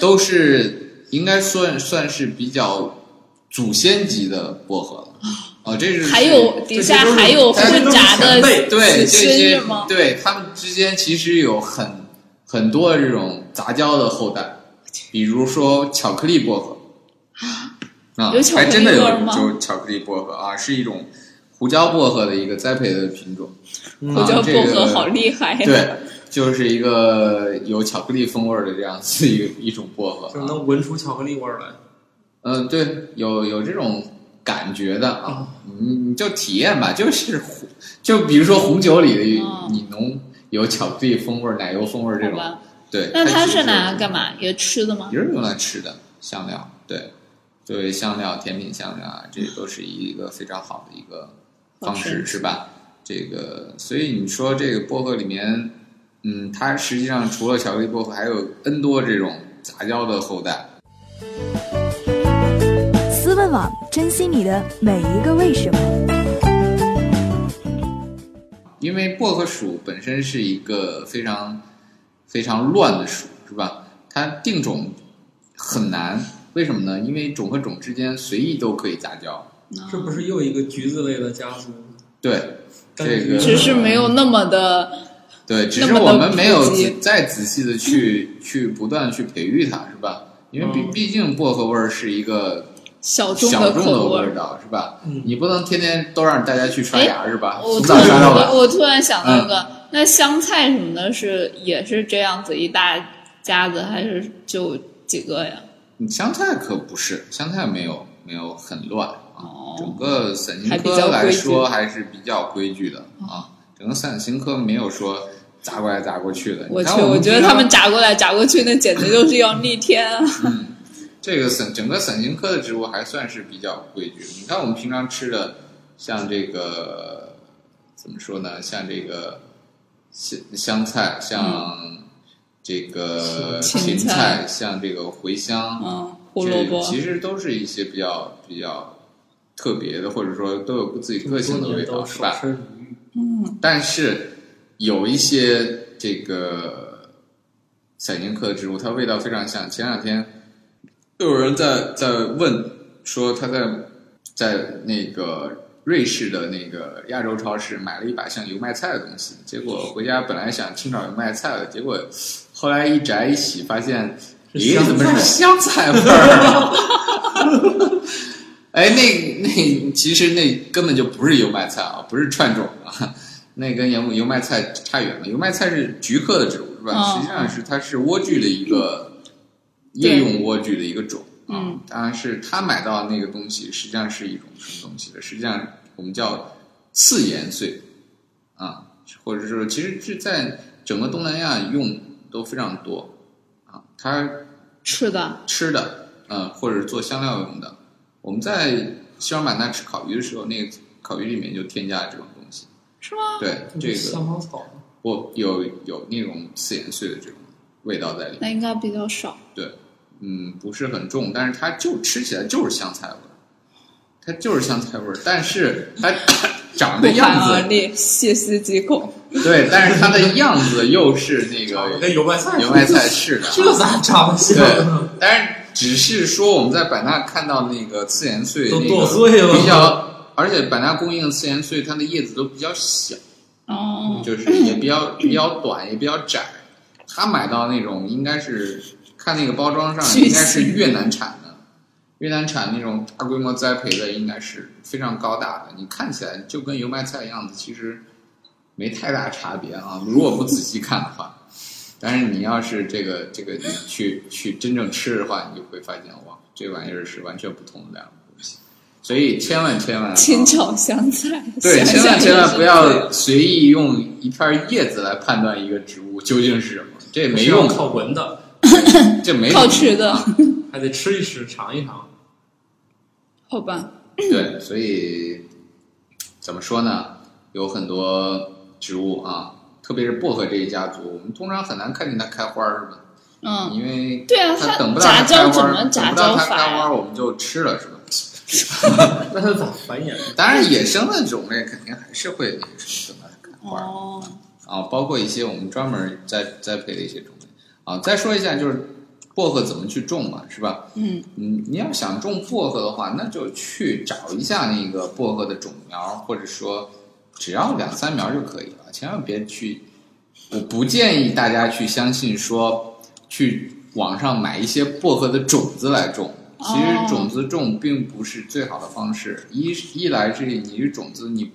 [SPEAKER 9] 都是应该算算是比较祖先级的薄荷了。哦，这是
[SPEAKER 5] 还有底下
[SPEAKER 8] 这些都是
[SPEAKER 5] 还有
[SPEAKER 9] 这些
[SPEAKER 5] 混
[SPEAKER 8] 都是
[SPEAKER 5] 杂的
[SPEAKER 8] 前辈
[SPEAKER 9] 对
[SPEAKER 5] 子
[SPEAKER 9] 这
[SPEAKER 5] 孙
[SPEAKER 9] 些
[SPEAKER 5] 是吗？
[SPEAKER 9] 对他们之间其实有很很多这种杂交的后代，比如说巧克力薄荷啊
[SPEAKER 5] 有巧克力
[SPEAKER 9] 还真的
[SPEAKER 5] 味儿
[SPEAKER 9] 有
[SPEAKER 5] 吗
[SPEAKER 9] 有巧克力薄荷啊，是一种胡椒薄荷的一个栽培的品种。
[SPEAKER 5] 胡椒
[SPEAKER 9] 啊这
[SPEAKER 5] 薄荷
[SPEAKER 9] 个
[SPEAKER 5] 好厉害呀！啊
[SPEAKER 9] 对，就是一个有巧克力风味儿的这样子一个一种薄荷、
[SPEAKER 8] (laughs)
[SPEAKER 9] 啊，
[SPEAKER 8] 就能闻出巧克力味儿来，
[SPEAKER 9] 嗯，对，有有这种感觉的啊，
[SPEAKER 5] 嗯
[SPEAKER 9] 你你就体验吧，就是红，就比如说红酒里的，
[SPEAKER 5] 哦
[SPEAKER 9] 你能有巧克力风味儿、奶油风味儿这种
[SPEAKER 5] 好吧，
[SPEAKER 9] 对。
[SPEAKER 5] 那它
[SPEAKER 9] 它其实
[SPEAKER 5] 是拿来干嘛？也吃的吗？
[SPEAKER 9] 也是用来吃的香料，对，作为香料、甜品香料啊，这都是一个非常好的一个方
[SPEAKER 5] 好
[SPEAKER 9] 式，
[SPEAKER 5] 吃
[SPEAKER 9] 是吧？这个，所以你说这个薄荷里面，嗯，它实际上除了巧克力薄荷，还有 N 多这种杂交的后代。
[SPEAKER 12] 网，珍惜你的每一个为什么。
[SPEAKER 9] 因为薄荷属本身是一个非常非常乱的属，是吧？它定种很难，为什么呢？因为种和种之间随意都可以杂交。
[SPEAKER 8] 这不是又一个橘子类的家族？
[SPEAKER 9] 对，
[SPEAKER 8] 但
[SPEAKER 9] 这个
[SPEAKER 5] 只是没有那么的，
[SPEAKER 9] 对，只
[SPEAKER 5] 那
[SPEAKER 9] 是
[SPEAKER 5] 么
[SPEAKER 9] 我
[SPEAKER 5] 的
[SPEAKER 9] 们没有
[SPEAKER 5] 普及
[SPEAKER 9] 仔再仔细的去去不断去培育它，是吧？因为毕
[SPEAKER 8] 嗯
[SPEAKER 9] 毕竟薄荷味儿是一个
[SPEAKER 5] 小众
[SPEAKER 9] 小
[SPEAKER 5] 的
[SPEAKER 9] 众的
[SPEAKER 5] 哦口味
[SPEAKER 9] 味
[SPEAKER 5] 儿。
[SPEAKER 9] 道，是吧？
[SPEAKER 8] 嗯
[SPEAKER 9] 你不能天天都让大家去刷牙，是吧？
[SPEAKER 5] 我
[SPEAKER 9] 从
[SPEAKER 5] 突
[SPEAKER 9] 早
[SPEAKER 5] 然
[SPEAKER 9] 刷到
[SPEAKER 5] 我
[SPEAKER 9] 晚，嗯
[SPEAKER 5] 我突然想到一个，那香菜什么的是也是这样子一大家子，还是就几个呀？
[SPEAKER 9] 你香菜可不是，香菜没有没有很乱啊
[SPEAKER 5] 哦，
[SPEAKER 9] 整个伞形
[SPEAKER 5] 还比
[SPEAKER 9] 科
[SPEAKER 5] 较
[SPEAKER 9] 来
[SPEAKER 5] 规矩哦
[SPEAKER 9] 说还是比较规矩的啊，整个伞形科没有说砸过来砸过去的。
[SPEAKER 5] 我
[SPEAKER 9] 你
[SPEAKER 5] 去
[SPEAKER 9] 看，我
[SPEAKER 5] 我
[SPEAKER 9] 们
[SPEAKER 5] 觉得
[SPEAKER 9] 平常
[SPEAKER 5] 他们炸过来炸过去，那简直就是要逆天
[SPEAKER 9] (laughs)
[SPEAKER 5] 啊！
[SPEAKER 9] 这个伞整个伞形科的植物还算是比较规矩。你看我们平常吃的，像这个怎么说呢？像这个香香菜，像这个
[SPEAKER 5] 嗯芹
[SPEAKER 9] 芹
[SPEAKER 5] 芹
[SPEAKER 9] 菜，像这个茴香，
[SPEAKER 5] 嗯，胡萝卜
[SPEAKER 9] 这其实都是一些比较比较特别的，或者说都有自己个性的味道，是吧？
[SPEAKER 8] 身
[SPEAKER 9] 但是有一些这个伞形科的植物，它味道非常像。前两天又有人在在问说他在在那个瑞士的那个亚洲超市买了一把像油麦菜的东西，结果回家本来想清炒油麦菜的，结果后来一摘一洗发现，
[SPEAKER 8] 是
[SPEAKER 9] 咦，
[SPEAKER 8] 香
[SPEAKER 9] 怎么
[SPEAKER 8] 菜
[SPEAKER 9] 是香菜味 (laughs) 儿？哎，那那其实那根本就不是油麦菜啊，不是串种啊，那跟油油麦菜差远了。油麦菜是菊科的植物是吧？
[SPEAKER 5] 嗯
[SPEAKER 9] 实际上是它是莴苣的一个
[SPEAKER 5] (laughs)
[SPEAKER 9] 夜用莴苣的一个种
[SPEAKER 5] 嗯
[SPEAKER 9] 啊。当然是他买到那个东西，实际上是一种什么东西的？实际上我们叫次盐穗啊，或者说其实是在整个东南亚用都非常多啊。它
[SPEAKER 5] 吃的，
[SPEAKER 9] 吃的，呃，或者是做香料用的。我们在西双版纳吃烤鱼的时候，那个烤鱼里面就添加了这种东西。
[SPEAKER 5] 是吗？
[SPEAKER 9] 对，这个
[SPEAKER 8] 香茅草，
[SPEAKER 9] 我有有那种次盐碎的这种味道在里面。
[SPEAKER 5] 那应该比较少。
[SPEAKER 9] 对，嗯，不是很重，但是它就吃起来就是香菜味儿，它就是香菜味儿，但是它长
[SPEAKER 5] 不
[SPEAKER 9] 的
[SPEAKER 5] 寒
[SPEAKER 9] 样
[SPEAKER 5] 而
[SPEAKER 9] 子，
[SPEAKER 5] 栗，细思极恐。
[SPEAKER 9] 对，但是它的样子又是那个
[SPEAKER 8] 跟油麦菜，
[SPEAKER 9] 油麦菜似的，
[SPEAKER 8] (laughs) 这咋长得像
[SPEAKER 9] 对
[SPEAKER 8] 呢？，
[SPEAKER 9] 但是只是说我们在版纳看到那个刺盐穗，
[SPEAKER 8] 都
[SPEAKER 9] 那
[SPEAKER 8] 剁碎
[SPEAKER 9] 个
[SPEAKER 8] 了
[SPEAKER 9] 比较，而且版纳供应的刺盐穗，它的叶子都比较小，嗯
[SPEAKER 5] 哦，
[SPEAKER 9] 就是也比较比较短，也比较窄。他买到那种应该是看那个包装上应该是越南产的，越南产那种大规模栽培的应该是非常高大的，你看起来就跟油麦菜的样子，其实没太大差别啊。如果不仔细看的话，但是你要是这个这个你去去真正吃的话，你就会发现哇，这玩意儿是完全不同的两个东西。所以千万千万啊
[SPEAKER 5] 清炒香菜，
[SPEAKER 9] (laughs) 对，
[SPEAKER 5] 想
[SPEAKER 9] 千
[SPEAKER 5] 想
[SPEAKER 9] 万
[SPEAKER 5] 也
[SPEAKER 9] 千万
[SPEAKER 5] 是
[SPEAKER 9] 不要随意用一片叶子来判断一个植物究竟是什么，
[SPEAKER 8] (laughs)
[SPEAKER 9] 这也没用
[SPEAKER 8] 是要，靠闻的，
[SPEAKER 9] 这没啊
[SPEAKER 5] 靠
[SPEAKER 9] 用
[SPEAKER 5] 吃的，
[SPEAKER 8] 还得吃一吃，尝一尝。
[SPEAKER 5] 好吧？
[SPEAKER 9] 对，所以怎么说呢？有很多植物啊，特别是薄荷这一家族，我们通常很难看见它开花，是吧？
[SPEAKER 5] 嗯，
[SPEAKER 9] 因为
[SPEAKER 5] 对啊
[SPEAKER 9] 它
[SPEAKER 5] 它
[SPEAKER 9] 等不到它
[SPEAKER 5] 杂交
[SPEAKER 9] 开花，
[SPEAKER 5] 怎么
[SPEAKER 9] 等
[SPEAKER 5] 杂
[SPEAKER 9] 不到
[SPEAKER 5] 交
[SPEAKER 9] 它
[SPEAKER 5] 法呀
[SPEAKER 9] 开花，我们就吃了，是吧？
[SPEAKER 8] (laughs) 那它咋繁衍？
[SPEAKER 9] 当然，野生的种类肯定还是会那个什么等到它开花。
[SPEAKER 5] 嗯哦，
[SPEAKER 9] 啊，包括一些我们专门栽栽培的一些种类啊。再说一下，就是薄荷怎么去种嘛，是吧？
[SPEAKER 5] 嗯
[SPEAKER 9] 嗯，你要想种薄荷的话，那就去找一下那个薄荷的种苗，或者说只要两三苗就可以了，千万别去。我不建议大家去相信说去网上买一些薄荷的种子来种。其实种子种并不是最好的方式，一一来是你这种子你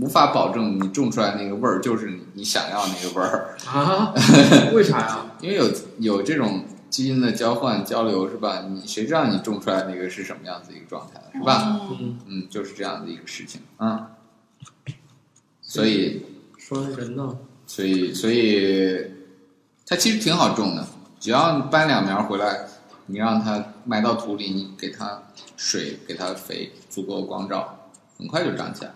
[SPEAKER 9] 无法保证你种出来那个味儿就是你你想要那个味儿，
[SPEAKER 8] 啊？ (laughs) 为啥呀？
[SPEAKER 9] 因为有有这种基因的交换交流是吧？你谁知道你种出来那个是什么样子一个状态是吧？
[SPEAKER 5] 哦
[SPEAKER 8] 嗯，
[SPEAKER 9] 嗯，就是这样的一个事情嗯。所以，
[SPEAKER 8] 说人呢？
[SPEAKER 9] 所以，所以，它其实挺好种的，只要你搬两苗回来，你让它埋到土里，你给它水，给它肥，足够的光照，很快就长起来了。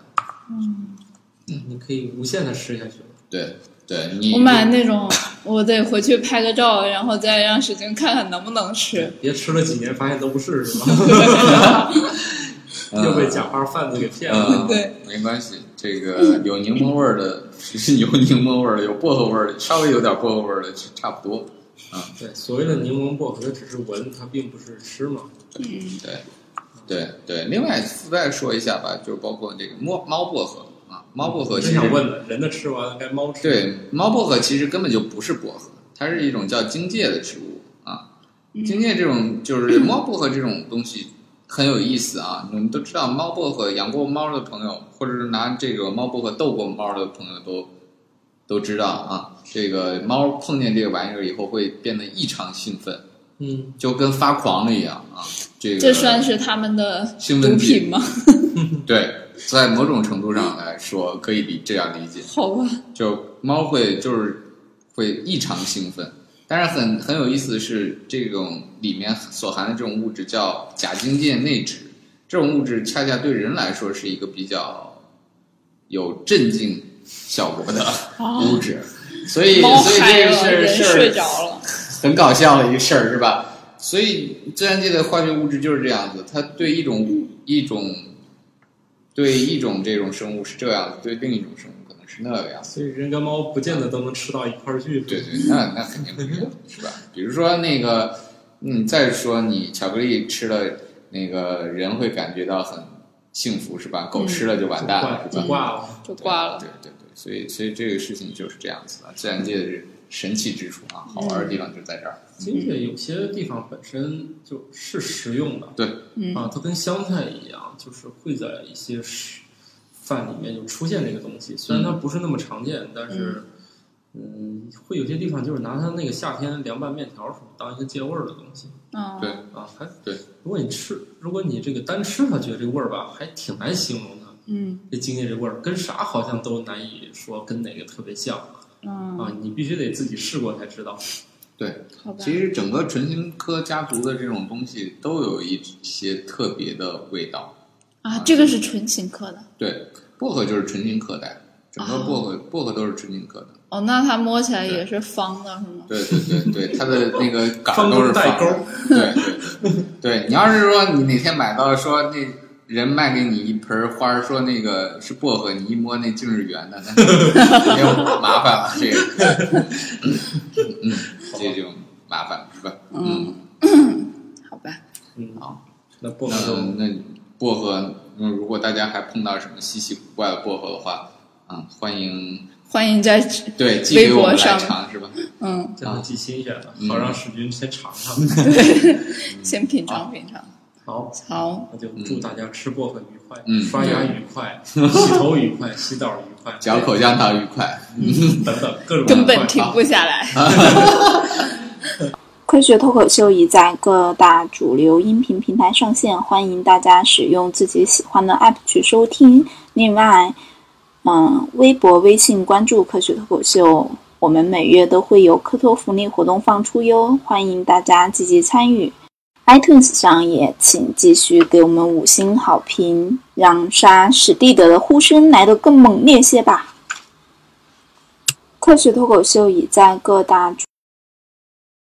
[SPEAKER 8] 你可以无限的吃下去了。
[SPEAKER 9] 对，对你
[SPEAKER 5] 我买那种，我得回去拍个照，然后再让史军看看能不能
[SPEAKER 9] (laughs)
[SPEAKER 5] 吃。
[SPEAKER 8] 别吃了几年发现都不是，是吧？ (laughs) 又被假花贩子给骗了。 (laughs)
[SPEAKER 9] 嗯，
[SPEAKER 5] 对，
[SPEAKER 9] 没关系，这个有柠檬味儿的，有柠檬味儿的，有薄荷味儿的，稍微有点薄荷味儿的，差不多。
[SPEAKER 8] 对，所谓的柠檬薄荷，它只是闻，它并不是吃嘛。
[SPEAKER 9] 对，对对。另外再说一下吧，就是包括这个猫猫薄荷啊，猫薄荷
[SPEAKER 8] 我
[SPEAKER 9] 其
[SPEAKER 8] 真
[SPEAKER 9] 实
[SPEAKER 8] 想问了，人的吃完了该猫吃？，
[SPEAKER 9] 对，猫薄荷其实根本就不是薄荷，它是一种叫荆芥的植物啊。荆芥这种就是猫薄荷这种东西很有意思啊。你们都知道，猫薄荷养过猫的朋友，或者是拿这个猫薄荷逗过猫的朋友都都知道啊。这个猫碰见这个玩意儿以后会变得异常兴奋，
[SPEAKER 8] 嗯，
[SPEAKER 9] 就跟发狂了一样啊。这个
[SPEAKER 5] 这算是他们的
[SPEAKER 9] 兴奋
[SPEAKER 5] 毒
[SPEAKER 9] 剂
[SPEAKER 5] 品吗？
[SPEAKER 9] 对，在某种程度上来说，可以理这样理解。
[SPEAKER 5] 好吧，
[SPEAKER 9] 就猫会就是会异常兴奋，但是很很有意思的是，这种里面所含的这种物质叫甲精界内酯，这种物质恰恰对人来说是一个比较有镇静效果的 (laughs) 物质，所以
[SPEAKER 5] 猫
[SPEAKER 9] 所以
[SPEAKER 5] 嗨
[SPEAKER 9] 这个
[SPEAKER 5] 了，
[SPEAKER 9] 事儿
[SPEAKER 5] 人
[SPEAKER 9] 事儿
[SPEAKER 5] 睡着了。
[SPEAKER 9] 很搞笑的一个事儿，是吧？所以自然界的化学物质就是这样子，它对一种物一种对一种这种生物是这样子，对另一种生物可能是那个样子。
[SPEAKER 8] 所以人跟猫不见得都能吃到一块儿去。
[SPEAKER 9] 对，对，那那肯定不一样，是吧？比如说那个，嗯，再说你巧克力吃了，那个人会感觉到很幸福，是吧？狗吃了就完蛋了，
[SPEAKER 8] 挂
[SPEAKER 9] 是吧？
[SPEAKER 8] 挂了。
[SPEAKER 5] 嗯就挂了
[SPEAKER 9] 对对对，所以所以这个事情就是这样子的，自然界的神奇之处啊，好玩的地方就在这儿。
[SPEAKER 8] 金桔有些地方本身就是食用的，
[SPEAKER 9] 对，
[SPEAKER 5] 嗯
[SPEAKER 8] 啊，它跟香菜一样，就是会在一些食饭里面就出现这个东西。虽然
[SPEAKER 9] 嗯
[SPEAKER 8] 它不是那么常见，但是，嗯，会有些地方就是拿它那个夏天凉拌面条什么当一个借味儿的东西
[SPEAKER 5] 嗯，
[SPEAKER 9] 对
[SPEAKER 8] 啊，还
[SPEAKER 9] 对。
[SPEAKER 8] 如果你吃，如果你这个单吃它，觉得这个味儿吧，还挺难形容的。
[SPEAKER 5] 嗯
[SPEAKER 8] 这荆芥这味儿跟啥好像都难以说跟哪个特别像
[SPEAKER 5] 嗯，
[SPEAKER 8] 啊，你必须得自己试过才知道。
[SPEAKER 9] 对，
[SPEAKER 5] 好吧
[SPEAKER 9] 其，实整个唇形科家族的这种东西都有一些特别的味道。
[SPEAKER 5] 啊，这个是纯情科的。
[SPEAKER 9] 对，薄荷就是唇形科的，整个薄
[SPEAKER 5] 啊
[SPEAKER 9] 荷、薄荷都是唇形科的。
[SPEAKER 5] 哦，那它摸起来也是方的，是吗？
[SPEAKER 9] 对对对对，它的那个杆儿
[SPEAKER 8] 方
[SPEAKER 9] 都是
[SPEAKER 8] 中带
[SPEAKER 9] 放的
[SPEAKER 8] 钩。
[SPEAKER 9] 对对对 (laughs) 对，你要是说你哪天买到说那人卖给你一盆儿花儿，说那个是薄荷，你一摸那竟是圆的， (laughs) 那没有麻烦了，这个，嗯，这就麻烦了是吧？嗯。
[SPEAKER 5] 好吧，
[SPEAKER 8] 嗯，
[SPEAKER 9] 好，
[SPEAKER 8] 那薄荷就
[SPEAKER 9] 那那薄荷，嗯，如果大家还碰到什么稀奇古怪的薄荷的话，嗯，欢迎
[SPEAKER 5] 欢迎在
[SPEAKER 9] 对寄给我
[SPEAKER 5] 微博
[SPEAKER 9] 们来
[SPEAKER 5] 上
[SPEAKER 9] 尝是吧？
[SPEAKER 5] 嗯，
[SPEAKER 8] 真的挺新鲜的，
[SPEAKER 9] 嗯
[SPEAKER 8] 好让史军先尝尝。
[SPEAKER 5] 先品尝品尝。
[SPEAKER 8] (laughs) 好，
[SPEAKER 5] 好，
[SPEAKER 8] 那就祝大家吃薄荷愉快，
[SPEAKER 9] 嗯
[SPEAKER 8] 刷牙愉快，洗头愉快，洗澡愉快，
[SPEAKER 9] 嚼口香糖愉快。
[SPEAKER 8] 等等各种
[SPEAKER 5] 根
[SPEAKER 8] 愉快
[SPEAKER 5] 本停不下
[SPEAKER 9] (laughs)
[SPEAKER 5] 来。
[SPEAKER 11] 科学脱口秀已在各大主流音频平台上线，欢迎大家使用自己喜欢的 app 去收听。另外，嗯，微博、微信关注科学脱口秀，我们每月都会有科托福利活动放出哟，欢迎大家积极参与。iTunes 上也请继续给我们五星好评，让杀史蒂德的呼声来得更猛烈些吧。科学脱口秀已在各大